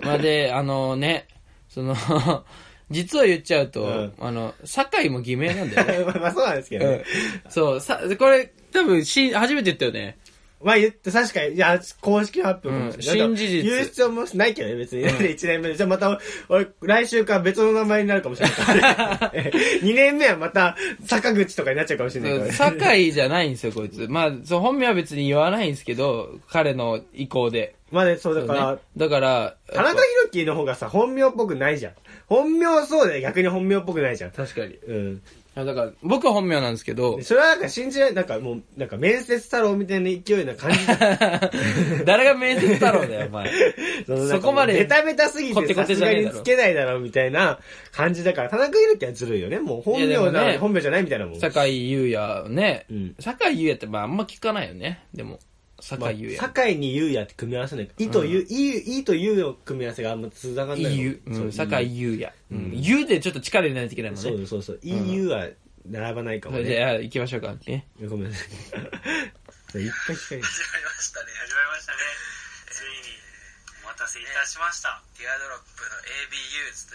まあで、あのね、その、 [LAUGHS] 実を言っちゃうと、うんあの、堺も偽名なんだよね。 [LAUGHS] まあそうなんですけどうんね。、そう、さ、これ、多分し、初めて言ったよね。まあ言って、確かに、いや、公式発表かもしれない。うん新事実言う必要もないけどね、別に。1年目で。じゃあまた、俺、来週から別の名前になるかもしれない [LAUGHS] からね。2年目はまた、坂口とかになっちゃうかもしれないからね。堺じゃないんですよ、こいつ。まあ、そう本名は別に言わないんですけど、彼の意向で。まあね、そうだから、だから、田中宏樹の方がさ、本名っぽくないじゃん。本名はそうだよ、逆に本名っぽくないじゃん。確かに。うん。だから、僕は本名なんですけどで、それはなんか信じられなんかもう、なんか面接太郎みたいな勢いな感じじゃん [LAUGHS] 誰が面接太郎だよ、お前。そのそこまでベタベタすぎコてテコさテすじゃがねえにだろつけないだろうみたいな感じだから、田中裕樹はずるいよね。もう本名いやでもだ、ね本名じゃないみたいなもん。坂井優也ねうん。坂井優也って、まあ、あんま聞かないよね。でも、坂井優也。酒井に優也って組み合わせないか。いとゆ、い、いとゆの組み合わせがあんまつながんないの。ゆ、うそん、う坂い井優也。うん。優でちょっと力入れないといけないもんね。そうそうそう。いゆは並ばないかそもれね。じゃあ、行きましょうか。 [LAUGHS] ねごめんなさい。そういっぱい聞かれる始まりましたね。始まりましたね。ついに、お待たせいたしました。ディアドロップの ABUs と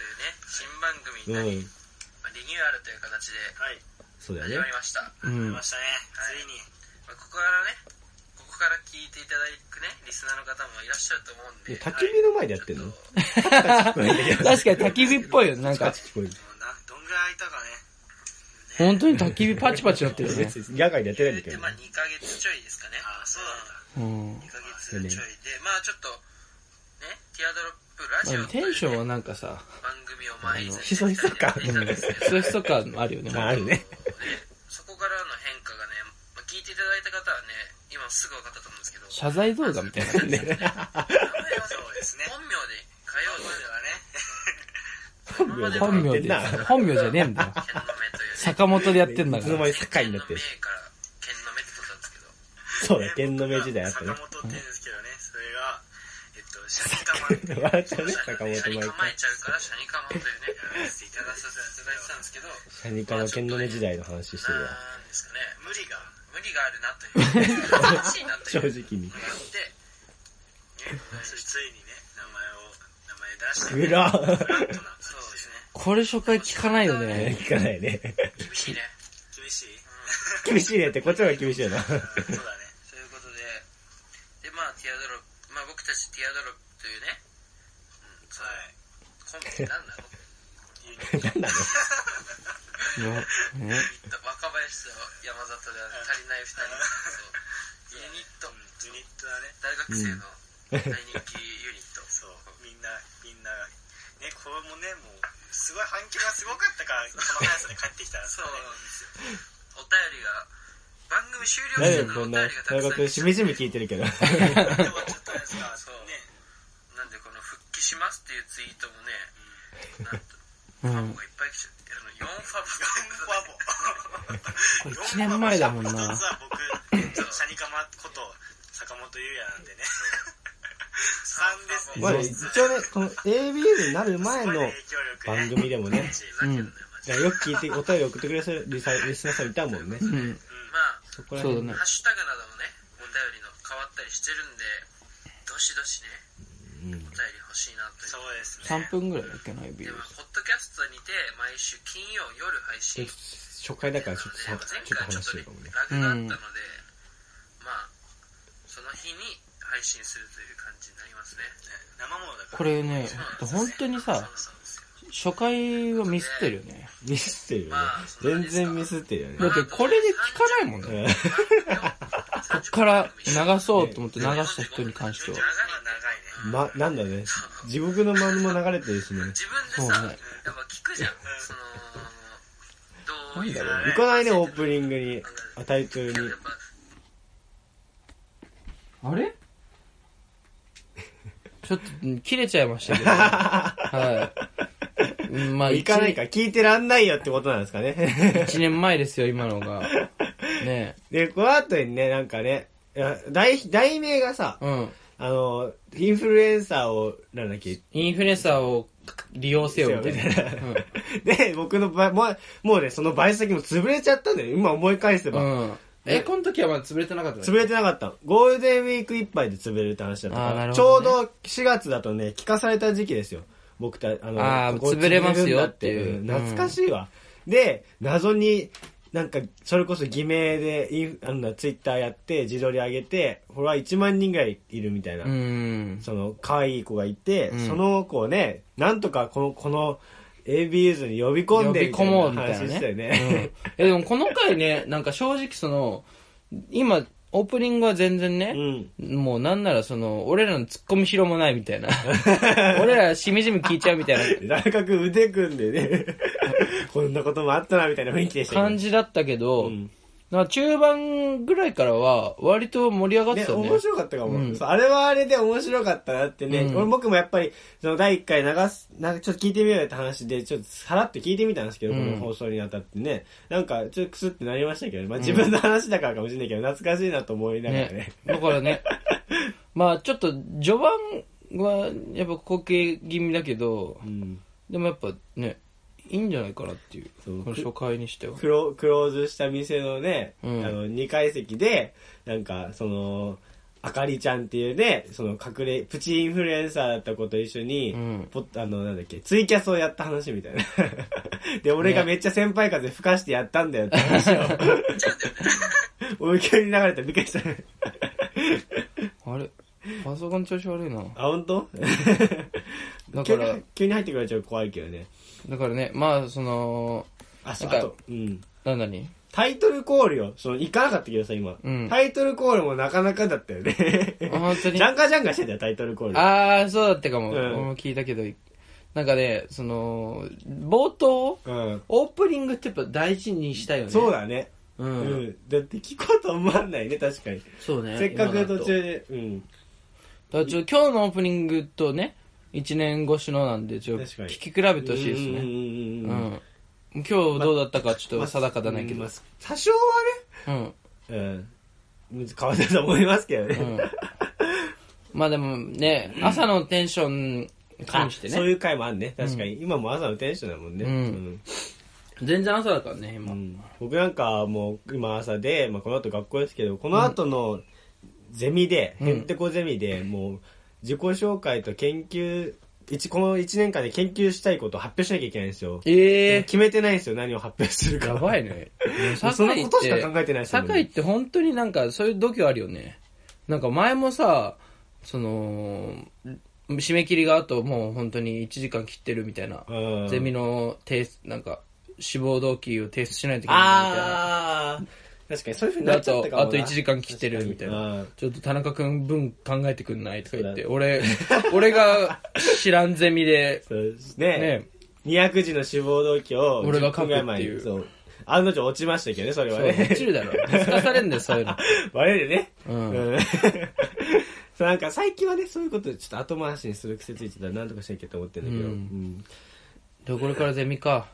[LAUGHS] ういうね、新番組になり、ん。まあリニューアルという形で、そうだ始ねま。りました。う出んま。したね、ついに、まあ、ここからねここから聞いていただくねリスナーの方もいらっしゃると思うんで焚き火の前でやってんのはい確かに焚き火っぽいよね、なんカか。チ聞こえる。ちょっともうなどんぐらい空いたかね本当に焚き火パチパチなってるね別。に野外でやってないんだけ言うてどまあね。 2ヶ月ちょいですかねああそうなんだうん。 2ヶ月ちょいでまあちょっとねティアドロップラジオとテいうンションはなんかさ、番組を前にひそひそ感やっていたんですけどひそひそ感あるよね。あある [LAUGHS] ね。そこからの変化がね、まあ、聞いていただいた方はね今すぐ分かったと思うんですけど謝罪動画みたいな [LAUGHS] 感じ。そうですね。本名で通うのではね、本名やってん [LAUGHS] でな。い、本名じゃねえんだよ。剣の目 [LAUGHS] という、ね、坂本でやって [LAUGHS] んだつかのら間。に酒井になって剣のる目。から剣の目ってことなんですけど、そうだ、剣の名時代あったね坂。本って言うんですけどね、それが、えっと、シャキタマンっていう笑っちゃうね、坂本シャ舞ニ香構。えちゃうからシャニカマというね、やらせていたださせていただいてたんですけど、シャニカの剣の目時代の話してるわ。なんですかね、無理が、無理があるなという、難しいなと正いうのが直に。あって、ね、そしてついにね、名前を、名前出して、グラそうですね、これ初回聞かないよね。聞かない [LAUGHS] ね。厳しいね。厳しい厳しいねって、こっちの方が厳しいよな。そうだね。ということで、で、まあ、ティアドロップ、まあ僕たちティアドロップというね、うん、そうコンビって何なのなんなのいやね若林と山里では足りない2人なんですけどユニットユニットだね。大学生の大人気ユニット、そう、みんな、みんなが、ね、これもね、もう、すごい反響がすごかっ [LAUGHS] たから、この速さで帰ってきたら、そうねなんですよお便りが番組終何了時よ、このおんな便りが、た大くさん学、しみじみ聞いてるけど。でもちょっとですか、そう、ね、なんでこの「復帰します」っていうツイートもねなんとうん。いっぱい来ちゃってあの4ファブ4ファボ。これ1年前だもんな。一つは僕、シャニカマこと、坂本優也なんでね。3ですね。まあ一応ね、この ABU になる前の番番組でもね、ふざけんなよマジでよく聞いて、お便り送ってくれるリサリスナーさんいたもんね。うん。まそこらそうだ辺ねあハッシュタグなどもねお便りの変わったりしてるんでどしどしうねんお便り欲しいなというそうですね。 3分ぐらいだっけな、指でもポッドキャストにて毎週金曜夜配信初回だからちょっとさ、前ちょっ回と話しちょってとるねかもね。ラグがあったので、まあその日に配信するという感じになりますね生ものだから。これね、本当にさ、そうなんですよ初回はミスってるよね。ミスってるよね。全然ミスってるよね。だってこれで聞かないもんね。うんこっから流そうと思って流した人に関しては長。いね、ま、なんだね。地獄の間も流れてるしね。自分でさ、そうねやっぱ聞くじゃんそのどうなんだろうね行かないね、オープニングに。あ、タイトルに。やっぱあれちょっとうん切れちゃいましたけど、はいうん。まあ、行かないか。か、聞いてらんないよってことなんですか [LAUGHS] ね。 1年前ですよ、今のが。ねで、この後にね、なんかね、いや題題名がさ、え。うん。あの、インフルエンサーを、なんだっけ、インフルエンサーを利用せよ、みたいみたな。いな [LAUGHS] で、僕の場合、もう、もうね、そのバイト先も潰れちゃったんだよ。今思い返せば。うん。うん。え、この時はまだ潰れてなかったの潰れてなかったの。ゴールデンウィークいっぱいで潰れるって話だったかあーなら、るちほょどうねど4月だとね、聞かされた時期ですよ。僕たあの、あーここ潰れますよっていう潰れるんだってん懐かしいわ。で、謎に、なんか、それこそ偽名でイン、あの、ツイッターやって、自撮り上げて、フォロワー1万人ぐらいいるみたいな。うん。その可愛い子がいて、うんその子をねなんとかこのこの ABUs に呼び込ん呼でびみた込もういみなたいな話したよねね。うん、いやでもこの回ね、なんか正直その、今、オープニングは全然 [LAUGHS] うね、んもうなんならその、俺らの突っ込みしろもないみ [LAUGHS] たいな。俺らしみじみ聞いちゃうみたいな大学腕組んでね [LAUGHS] こんなこともあったなみたいな雰囲気でしたけど感じだったけど、うんなんか中盤ぐらいからは割と盛り上がってねたね。面白かったかも、うんそうあれはあれで面白かったなってね、うん俺僕もやっぱりその第1回流すなんかちょっと聞いてみようよって話でちょっとさらっと聞いてみたんですけど、うこんの放送にあたってねなんかちょっとクスってなりましたけど、まあ、自分の話だからかもしれないけど、懐かしいなと思いながらねね。だから [LAUGHS] ね、まあちょっと序盤はやっぱ後継気味だけど、うんでもやっぱね、いいんじゃないかなっていう、そうこの初回にしては。クロクローズした店のね、うんあの2階席でなんかそのあかりちゃんっていうねその隠れプチインフルエンサーだった子と一緒に、うんポッあのなんだっけツイキャスをやった話みたいな [LAUGHS] で俺がめっちゃ先輩風吹かしてやったんだよって話を俺急に流れたびっくりした [LAUGHS] あれパソコン調子悪いな。あ本当だ [LAUGHS] か急らに、急に入ってくれちゃう怖いけどねだからね、まあその、あそうなんあかとうんなんだにタイトルコールよ。その、行かなかったけどさ、今。うんタイトルコールもなかなかだったよね。あ本当にジャンカジャンカしてたよ、タイトルコール。ああ、そうだったかも。うん俺も聞いたけど、なんかね、その、冒頭、うん。オープニングってやっぱ大事にしたよね。そう。だね。う。うんん。だって聞こうと思わないね、確かに。そうね。せっかく途今だと。中で、うん。だからちょっと今日のオープニングとね、1年越しのなんで、ちょっと確か聞にき比べてほしいですうんね。ううんうんうんうん。ん。今日どうだったかちょっと定かだないけどまあ。多少はうん。ね、うん。変わったと思いますけどね。うん。まあでもね、朝のテンション加味し [LAUGHS] てあそうね。いう回もあんね。確かに。今も朝のテンションだもんね。うん全然朝だからね、う今。ん僕なんかもう今朝で、まあ、この後学校ですけどこの後のゼミで、うんへんてこゼミでもう自己紹介と研究一この1年間で研究したいことを発表しなきゃいけないんですよええ。決めてないんですよ何を発表するかやばいいね。そのことしか考えてないですよね酒井って本当になんかそういう度胸あるよね。なんか前もさ、その、締め切りがあともう本当に1時間切ってるみたいな。ゼミの提出、なんか、志望動機を提出しないといけないみたいな。ああ確かにそういうふうにでなあっちゃったかと、もあなと1時間切ってるみたいあなー。ちょっと田中くん分考えてくんないとか言って、そ俺、俺が知らんゼミで、そうです [LAUGHS] ねね200字の志望動機を俺が書く10分ぐらい前にっていうそう案の定落ちましたけどねそれそはう、ね落ちるだろ。気づかされんだよ、そうい [LAUGHS] うの。我々ね。うんうん [LAUGHS] そうなんか最近はね、そういうことちょっと後回しにする癖ついてたらなんとかしなきゃと思ってんだけど。ううんでもこれからゼミか。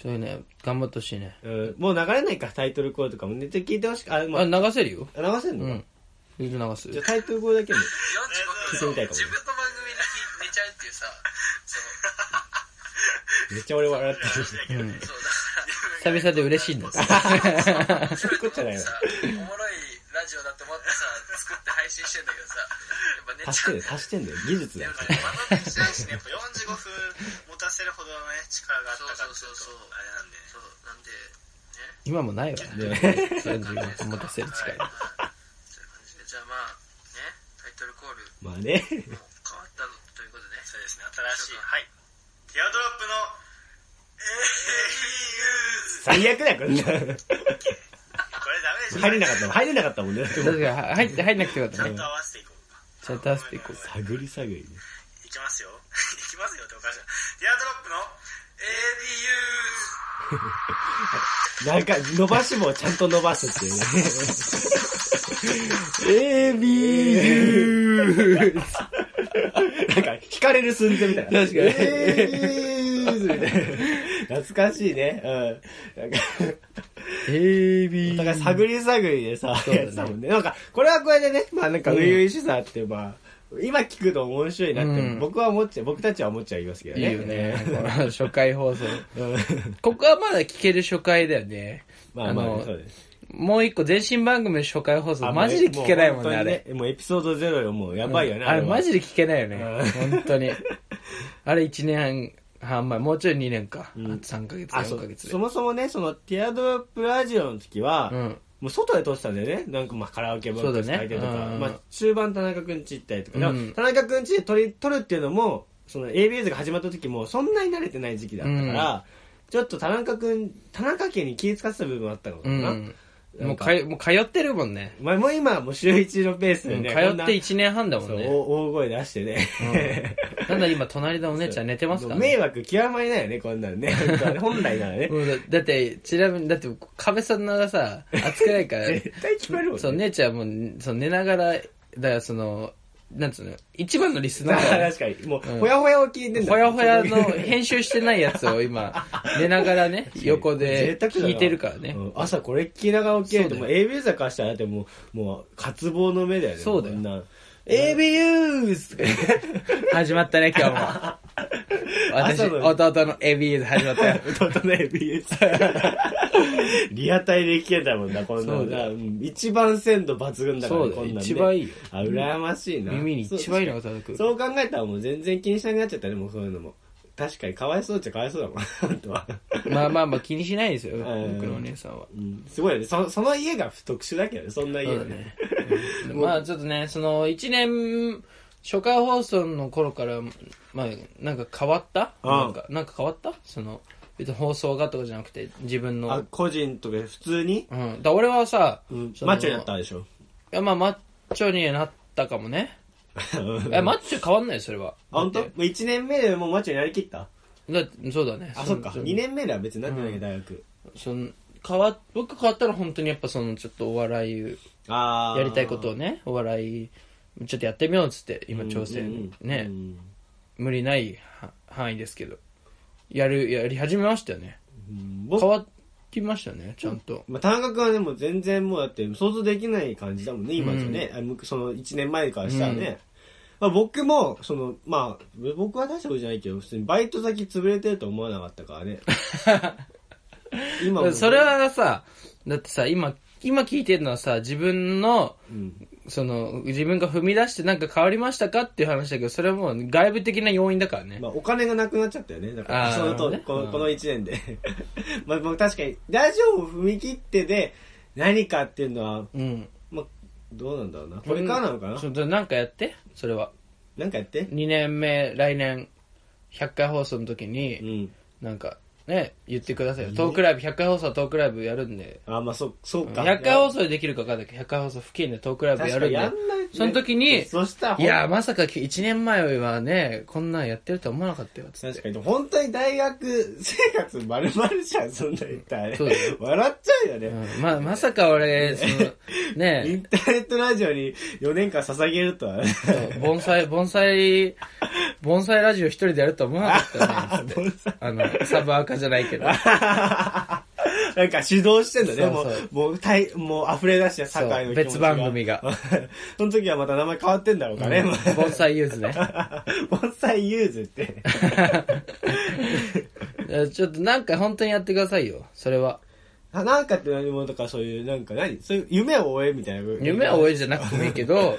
ちょいね、頑張ってほしいね。うんもう流れないか、タイトルコールとかもね。ちょっと聞いてほしく、あ、まあ、あ、流せるよ。流せんうのか、ん。リール流すじゃ。あタイトルコールだけも。聞いて45みたいかも分自分の番組に寝ちゃうっていうさ、そめっちゃ俺笑ってる。うん。う、そうだから、久々で嬉しいんだ。 [LAUGHS] そういうことじゃないわさ。、おもろいラジオだと思ってさ、作って配信してんだけどさ、やっぱ寝足しちてゃうる、。足してんだよ。技術だよでも。なんか学びしないしね、やっぱ45分持たせるほどのね、力があったからそうそうそうそうあれなんで。そう、なんで、今もないわ。 [LAUGHS] ね45分持たせるはい力。そういう感じで、じゃあまあ、ね、タイトルコール、まあね。もう変わったのということでね。そうですね、新しい。はい。ティアドロップの、えー、最悪だよ、こん [LAUGHS] な。これダメでしょ。入れなかったもん。入れなかったもんね。 [LAUGHS] [LAUGHS] 確かに、は入って、入んなくてよかっちたゃねんと。合わせていこうか。ちゃんと合わせていこう。探り探りね。 [LAUGHS] いきますよ。いきますよっておかしいな。ディアドロップの ABU! なんか、伸ばし棒をちゃんと伸ばすっていうね。A, B, U. なんか、惹かれる寸前みたいな。確かに A, B, U. みたいな。懐かしいね。うん。なんか、 A, お B. 互い探り探りでさ、やっそうだねてたもんね。なんか、これはこれでね、まあなんか、初々しさって、まあ、今聞くと面白いなって、うん僕は思っちゃう、僕たちは思っちゃいますけどいいね。よね。初回放送。うん。ここはまだ聞ける初回だよね。まあまああね、のそうです。もう一個、全身番組の初回放あ送、マジで聞けないもんね、うあれ。本当にもうエピソードゼロよ、もうやばいよね。あれマジで。で聞けないよね。う本当に。あれ1年半前、もうちょい2年か。あとうん3ヶ月、あ、そ4ヶう。月そで。もそもね、その、ティアドロップラジオの時は、うん。もう外で撮ってたんだよね。なんかまあカラオケボックス書いてとそうだか、ねうんまあ中盤田中くんち行ったりとか、でもうん田中くんちで撮り、撮るっていうのも、その ABS が始まった時もそんなに慣れてない時期だったから、ちょっと田中くん、田中家に気使ってた部分あったのかうな。ん。なもうんかかよ、もう通ってるもんね。まあもう今はもう週一のペースうでんね、通っこんなて1年半だもんそう、ね。大大声出してね。うんなんだ今、隣のお姉ちゃん寝てますからもう迷ね。惑極まりないよね、こんなんね。 [LAUGHS] 本当はね本来ならね。うんだだって、ちなみに、だって、壁さんならさ、熱くないから、絶対 [LAUGHS] 聞こえるもんね。そう、姉ちゃんもう、その寝ながら、だからその、なんつうの、一番のリスナーだよ確かに。もう、うんほやほやを聞いてんだほやほやの編集してないやつを今、寝なが [LAUGHS] らね、横で聞いてるからねう。ん朝これ聞きながら起きると、そうもうだ ABS だからしたらだってもう、もう、渇望の目だよね。そうだよこんな。ABS! 始まったね、今日も。私、 [LAUGHS] 朝の弟の ABS 始まったよ。 [LAUGHS] 弟の ABS。リアタイで聞けたもんな、こんなそのうだな。うん一番鮮度抜群だから、そうね、だこよんなんね一番いいよあ、羨ましい [LAUGHS] な。耳に一番いいのが届く。そう考えたらもう全然気にしなくなっちゃったね、もうそういうのも。確かにかわいそうっちゃかわいそうだもん、 [LAUGHS] 本当は。まあまあまあ気にしないですよ、ん僕のお姉さんは。うん、すごいよねそ。その家が特殊だけどね、そんな家そうはだね。ね。うんまあちょっとね、その、一年、初回放送の頃から、まあ、なんか変わったうんなんか、なんか変わったその、別に放送がとかじゃなくて、自分の。あ、個人とか普通に、うん。だから俺はさ、うん、そのマッチョになったでしょ。 [LAUGHS] いや、まあ、マッチョになったかもね。え、マッチョ変わんないよそれは。あ、本当？だもう1年目でもうマッチョになりきったってそうだね。あ、そっか。2二年目では別になってないけど、大学。その、変わ、僕変わったら本当にやっぱその、ちょっとお笑い、あーやりたいことをね、お笑い、ちょっとやってみようっつって、今挑戦、ね、うん無理ないは範囲ですけど、やる、やり始めましたよね。うん変僕、わりましたね、ちゃんと。まあ、田中君はでも全然もうだって想像できない感じだもんね、今じゃね。あむその1年前からしたらね。まあ、僕も、その、まあ、僕は大したことじゃないけど、普通にバイト先潰れてると思わなかったから [LAUGHS] ね。今もそれ、はさ、だってさ、今、今聞いてるのはさ、自分の、うん、その、自分が踏み出してなんか変わりましたかっていう話だけど、それはもう外部的な要因だからね。まあ、お金がなくなっちゃったよね。だから、あーそのと、なるほこどねのうんこの1年で。 [LAUGHS] まあ、僕確かに、ラジオを踏み切ってで、何かっていうのは、うん。まあ、どうなんだろうな。これからなのかな、そうだなんかやって、それは。なんかやって。 2年目、来年、100回放送の時に、うん。なんか、ね、言ってくださいよ。トークライブ、100回放送はトークライブやるんで、あ、まあ、そ、そうか。 100回放送でできるか分かんないけど、100回放送付近でトークライブやるんで、確かにやんないねその時に、そしたらほんいや、まさか1年前はね、こんなんやってるとは思わなかったよ、つって確かに、本当に大学生活丸々じゃん、そんな言ったらねそうだよ。笑っちゃうよね。うんま、まさか俺、その、 [LAUGHS] ね、インターネットラジオに4年間捧げるとはね。そう盆栽、盆栽、盆栽ラジオ一人でやるとは思わな [LAUGHS] かったね。つって盆栽あの、サブアカじゃないけど。なんか指導してんだね。そうそうもう、もう、たいもう溢れ出して、そう堺の気持ち別番組が。 [LAUGHS] その時はまた名前変わってんだろうかね。もう盆栽ユーズね。 [LAUGHS] [LAUGHS] 盆栽ユーズって。 [LAUGHS] ちょっとなんか本当にやってくださいよ。それは。あなんかって何者とかそういう、なんか何そういう夢を追えみたいな。夢は追え。えじゃなくてもいいけど、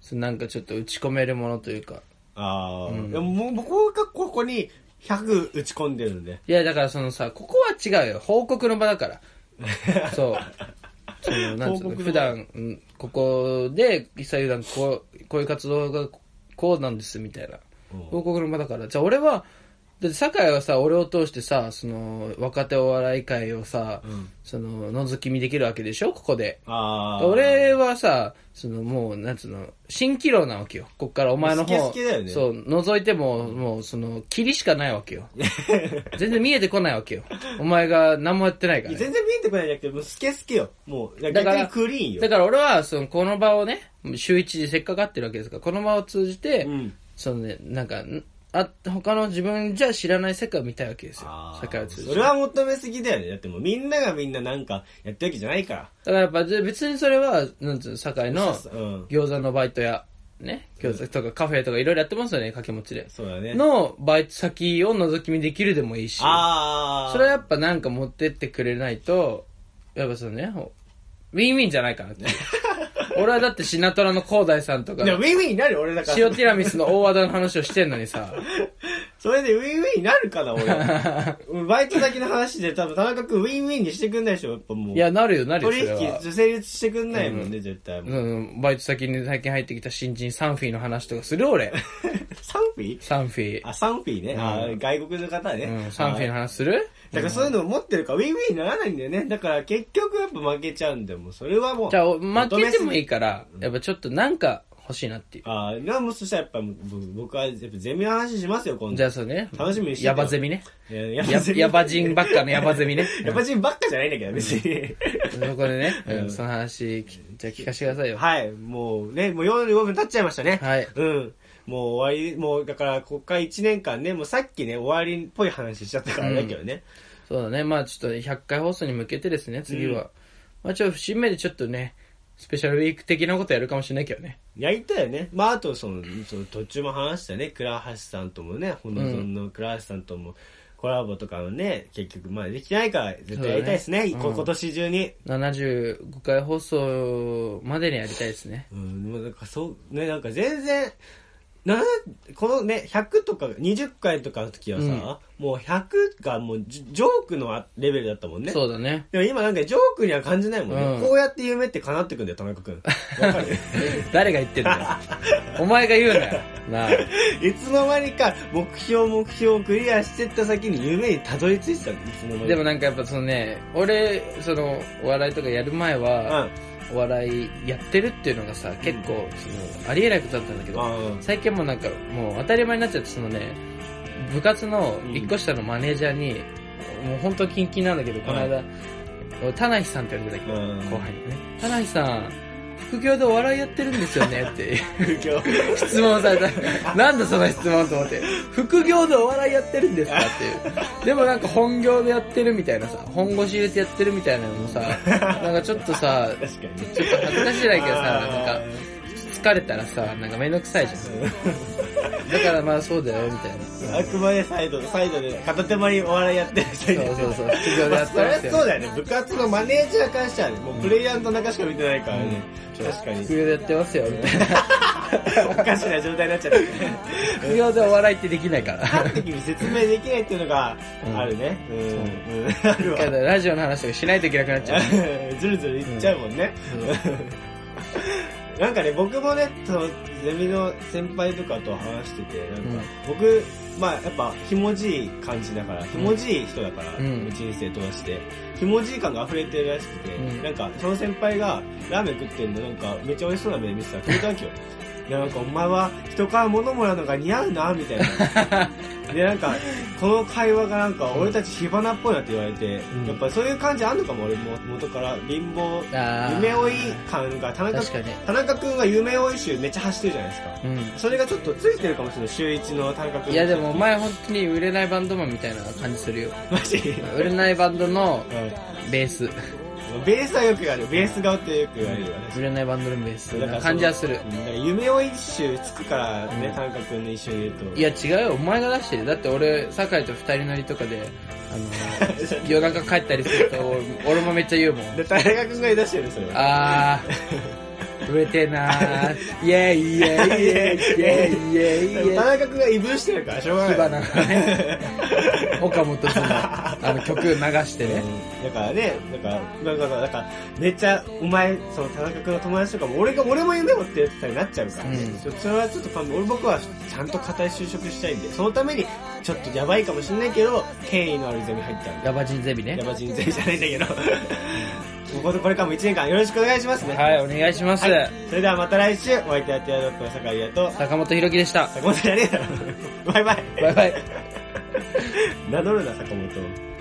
そのなんかちょっと打ち込めるものというか。ああ、うんでももう僕がここに100打ち込んでるんで。いや、だからそのさ、ここは違うよ。報告の場だ [LAUGHS] から。そう。その、なんつう報告の、の場普段、うんここで、一切普段こう、こういう活動がこうなんですみたいうな。ん報告の場だから。じゃあ俺は、だって酒井はさ、俺を通してさ、その、若手お笑い界をさ、うんその、覗き見できるわけでしょここで。ああ。俺はさ、そのもう、なんつうの、新気楼なわけよ。こっからお前の方、好き好きだよねそう、覗いても、もう、その、霧しかないわ [LAUGHS] けよ。全然見えてこないわけよ。お前が何もやってないからね、全然見えてこないじゃなくて、もうスケスケよ。もう、いやだ逆からにクリーンよ。だから俺は、その、この場をね、週一でせっかく会ってるわけですから、この場を通じて、うん。そのね、なんか、んあ、他の自分じゃ知らない世界を見たいわけですよあ。世界をー通じそて。れは求めすぎだよね。だってもうみんながみんななんかやってるわけじゃないから。だからやっぱで別にそれは、なんつうの、堺のうん餃子のバイトや、ね、餃子とかカフェとかいろいろやってますよね、掛け持ちで。そうだね。のバイト先を覗き見できるでもいいし、ああ。それはやっぱなんか持ってってくれないと、やっぱそのね、ほウィンウィンじゃないか [LAUGHS] なっていう。俺はだってシナトラの広大さんとかい、や、ウィンウィンになるよ俺だから。塩ティラミスの大和田の話をしてんのにさ、 [LAUGHS] それでウィンウィンになるかな、俺。バイト先の話で多分田中君ウィンウィンにしてくんないでしょ、やっぱもう。いや、なるよ、なるよ、取それは。引成立してくんないもんね、絶対。 [LAUGHS] もううん、バイト先に最近入ってきた新人サンフィーの話とかす [LAUGHS] る俺。サンフィーサンフィー。あ、サンフィーね。あー外国の方ね。うん、サンフィーのあー話するだからそういうのを持ってるから、ウィンウィンにならないんだよね。だから結局やっぱ負けちゃうんだよ。もうそれはもう。じゃあ、負けてもいいい。から、やっぱちょっとなんか欲しいなっていう。あーでもそしたらやっぱ僕僕はやっぱゼミの話しますよ、今度。じゃあそうね。楽しみにしててヤバゼミね。いや [LAUGHS] ややゼミヤ [LAUGHS] バ人ばっかのヤバゼミ [LAUGHS] ね。ヤバ人ばっかじゃないんだけど、別に。うんそこでね、うんその話、きじゃあ聞かせてくださいよ。はい、もうね、もう45分経っちゃいましたね。はいうん。もう終わり、もうだから、こっから1年間ね、もうさっきね、終わりっぽい話しちゃったからだけどね。そうだね。まあちょっと100回放送に向けてですね、次うんは。まあちょっと節目でちょっとね、スペシャルウィーク的なことやるかもしれないけどね。やりたいよね。まあ、あとその、その途中も話したね、倉橋さんともね、ほのぞんの倉橋さんとも、コラボとかもね、結局、まあできてないから、絶対やりたいですね。そうだねこうん今年中に。 75回放送までにやりたいですね。うん、もうなんかそう、ね、なんか全然、なこのね、100とか20回とかの時はさ、うんもう100がもうジジョークのレベルだったもんね。そうだね。でも今なんかジョークには感じないもんね。うんこうやって夢って叶ってくんだよ、田中くん。わ [LAUGHS] かる誰が言ってんだよ。 [LAUGHS] お前が言うなよ。なあ。 [LAUGHS] いつの間にか目標目標をクリアしてった先に夢にたどり着いてたのいつの間にか。でもなんかやっぱそのね、俺、その、お笑いとかやる前は、お笑いやってるっていうのがさ、結構、その、ありえないことだったんだけうん。あど、最近もうなんか、もう当たり前になっちゃって、そのね、部活の一個下のマネージャーに、もう本当キンキンなんだけど、この間、田無さんって呼んでたけど、うん後輩にね、田無さん、副業でお笑いやってるんですよねって。副業。 [LAUGHS] 質問された。なんだその質問と思って。副業でお笑いやってるんですかっていう。でもなんか本業でやってるみたいなさ、本腰入れてやってるみたいなのもさ、なんかちょっとさ、確かに。ちょっと恥ずかしいだけどさ、なんあか疲れたらさ、なんかめんどくさいじ [LAUGHS] ゃん。だからまあそうだよ、みたいな。ーあくまでサイド、サイドで片手間にお笑いやってるサイドそうそうそう、副業で [LAUGHS] まやあ、っそてりまゃすそうよ。だよね。部活のマネージャーからしたらね、もうプレイヤーの中しか見てないからね。確かに副。業でやってますよ、みたいな。 [LAUGHS] おかしな状態になっちゃった。 [LAUGHS] 副業でお笑いってできないから。勝った時に説明できないっていうのがあるね。うん。うんあるわだか。らラジオの話とかしないといけなくなっ [LAUGHS] ちゃう。ずるずるいっちゃうもんね。なんかね、僕もね、そのゼミの先輩とかと話してて、なんか、うん僕、まあやっぱ、ひもじい感じだから、ひもじい人だから、うん人生通して、ひもじい感が溢れてるらしくて、うんなんか、その先輩が、ラーメン食ってんの、なんか、めっちゃ美味しそうな目で見てたら、聞いたわけよ。いやなんかお前は人から物もらうのが似合うなみたいなでなんかこの会話がなんか俺たち火花っぽいなって言われて、んやっぱそういう感じあんのかも俺も元から貧乏あー夢追い感が田中確かに田中君は夢追い集めっちゃ走ってるじゃないですかうん。それがちょっとついてるかもしれない週一の田中君いやでもお前本当に売れないバンドマンみたいな感じするよ。 [LAUGHS] マジ、売れないバンドのうベース。ん、ベースはよく言われるベース顔ってよく言われるよね売れないバンドのベース。だからその感じはするう。んだから夢追い集つくからね、うん田中君の一緒にいるといや違うよ、お前が出してる。だって俺、酒井と二人乗りとかで、あの、夜中帰ったりすると、俺俺もめっちゃ言うもん。で、田中君が言い出してるそれは。あ売れてんなー [LAUGHS] イェイイェイイェイイェイイェイイェイ田中君が異分してるからしょうがない火花 [LAUGHS] がね岡本さんのあの曲流してね [LAUGHS] だからね、だから、なんかさ、なんか、めっちゃ、お前、その田中君の友達とかも、俺が、俺も夢を追ってるってになっちゃうから、ねうんちょそれはちょっと勘弁、俺僕はちゃんと固い就職したいんで、そのために、ちょっとやばいかもしんないけど、権威のあるゼミ入ったんだ。ヤバ人ゼミねやば人生じゃないんだけど、こ [LAUGHS] こでこれからも1年間よろしくお願いしますね。はいお願いします、はいそれではまた来週、お相手はティアドロップの酒井優と、坂本弘樹でした [LAUGHS] 坂本じゃねえだろ。バイバイ。バイバイ名乗るな、坂本。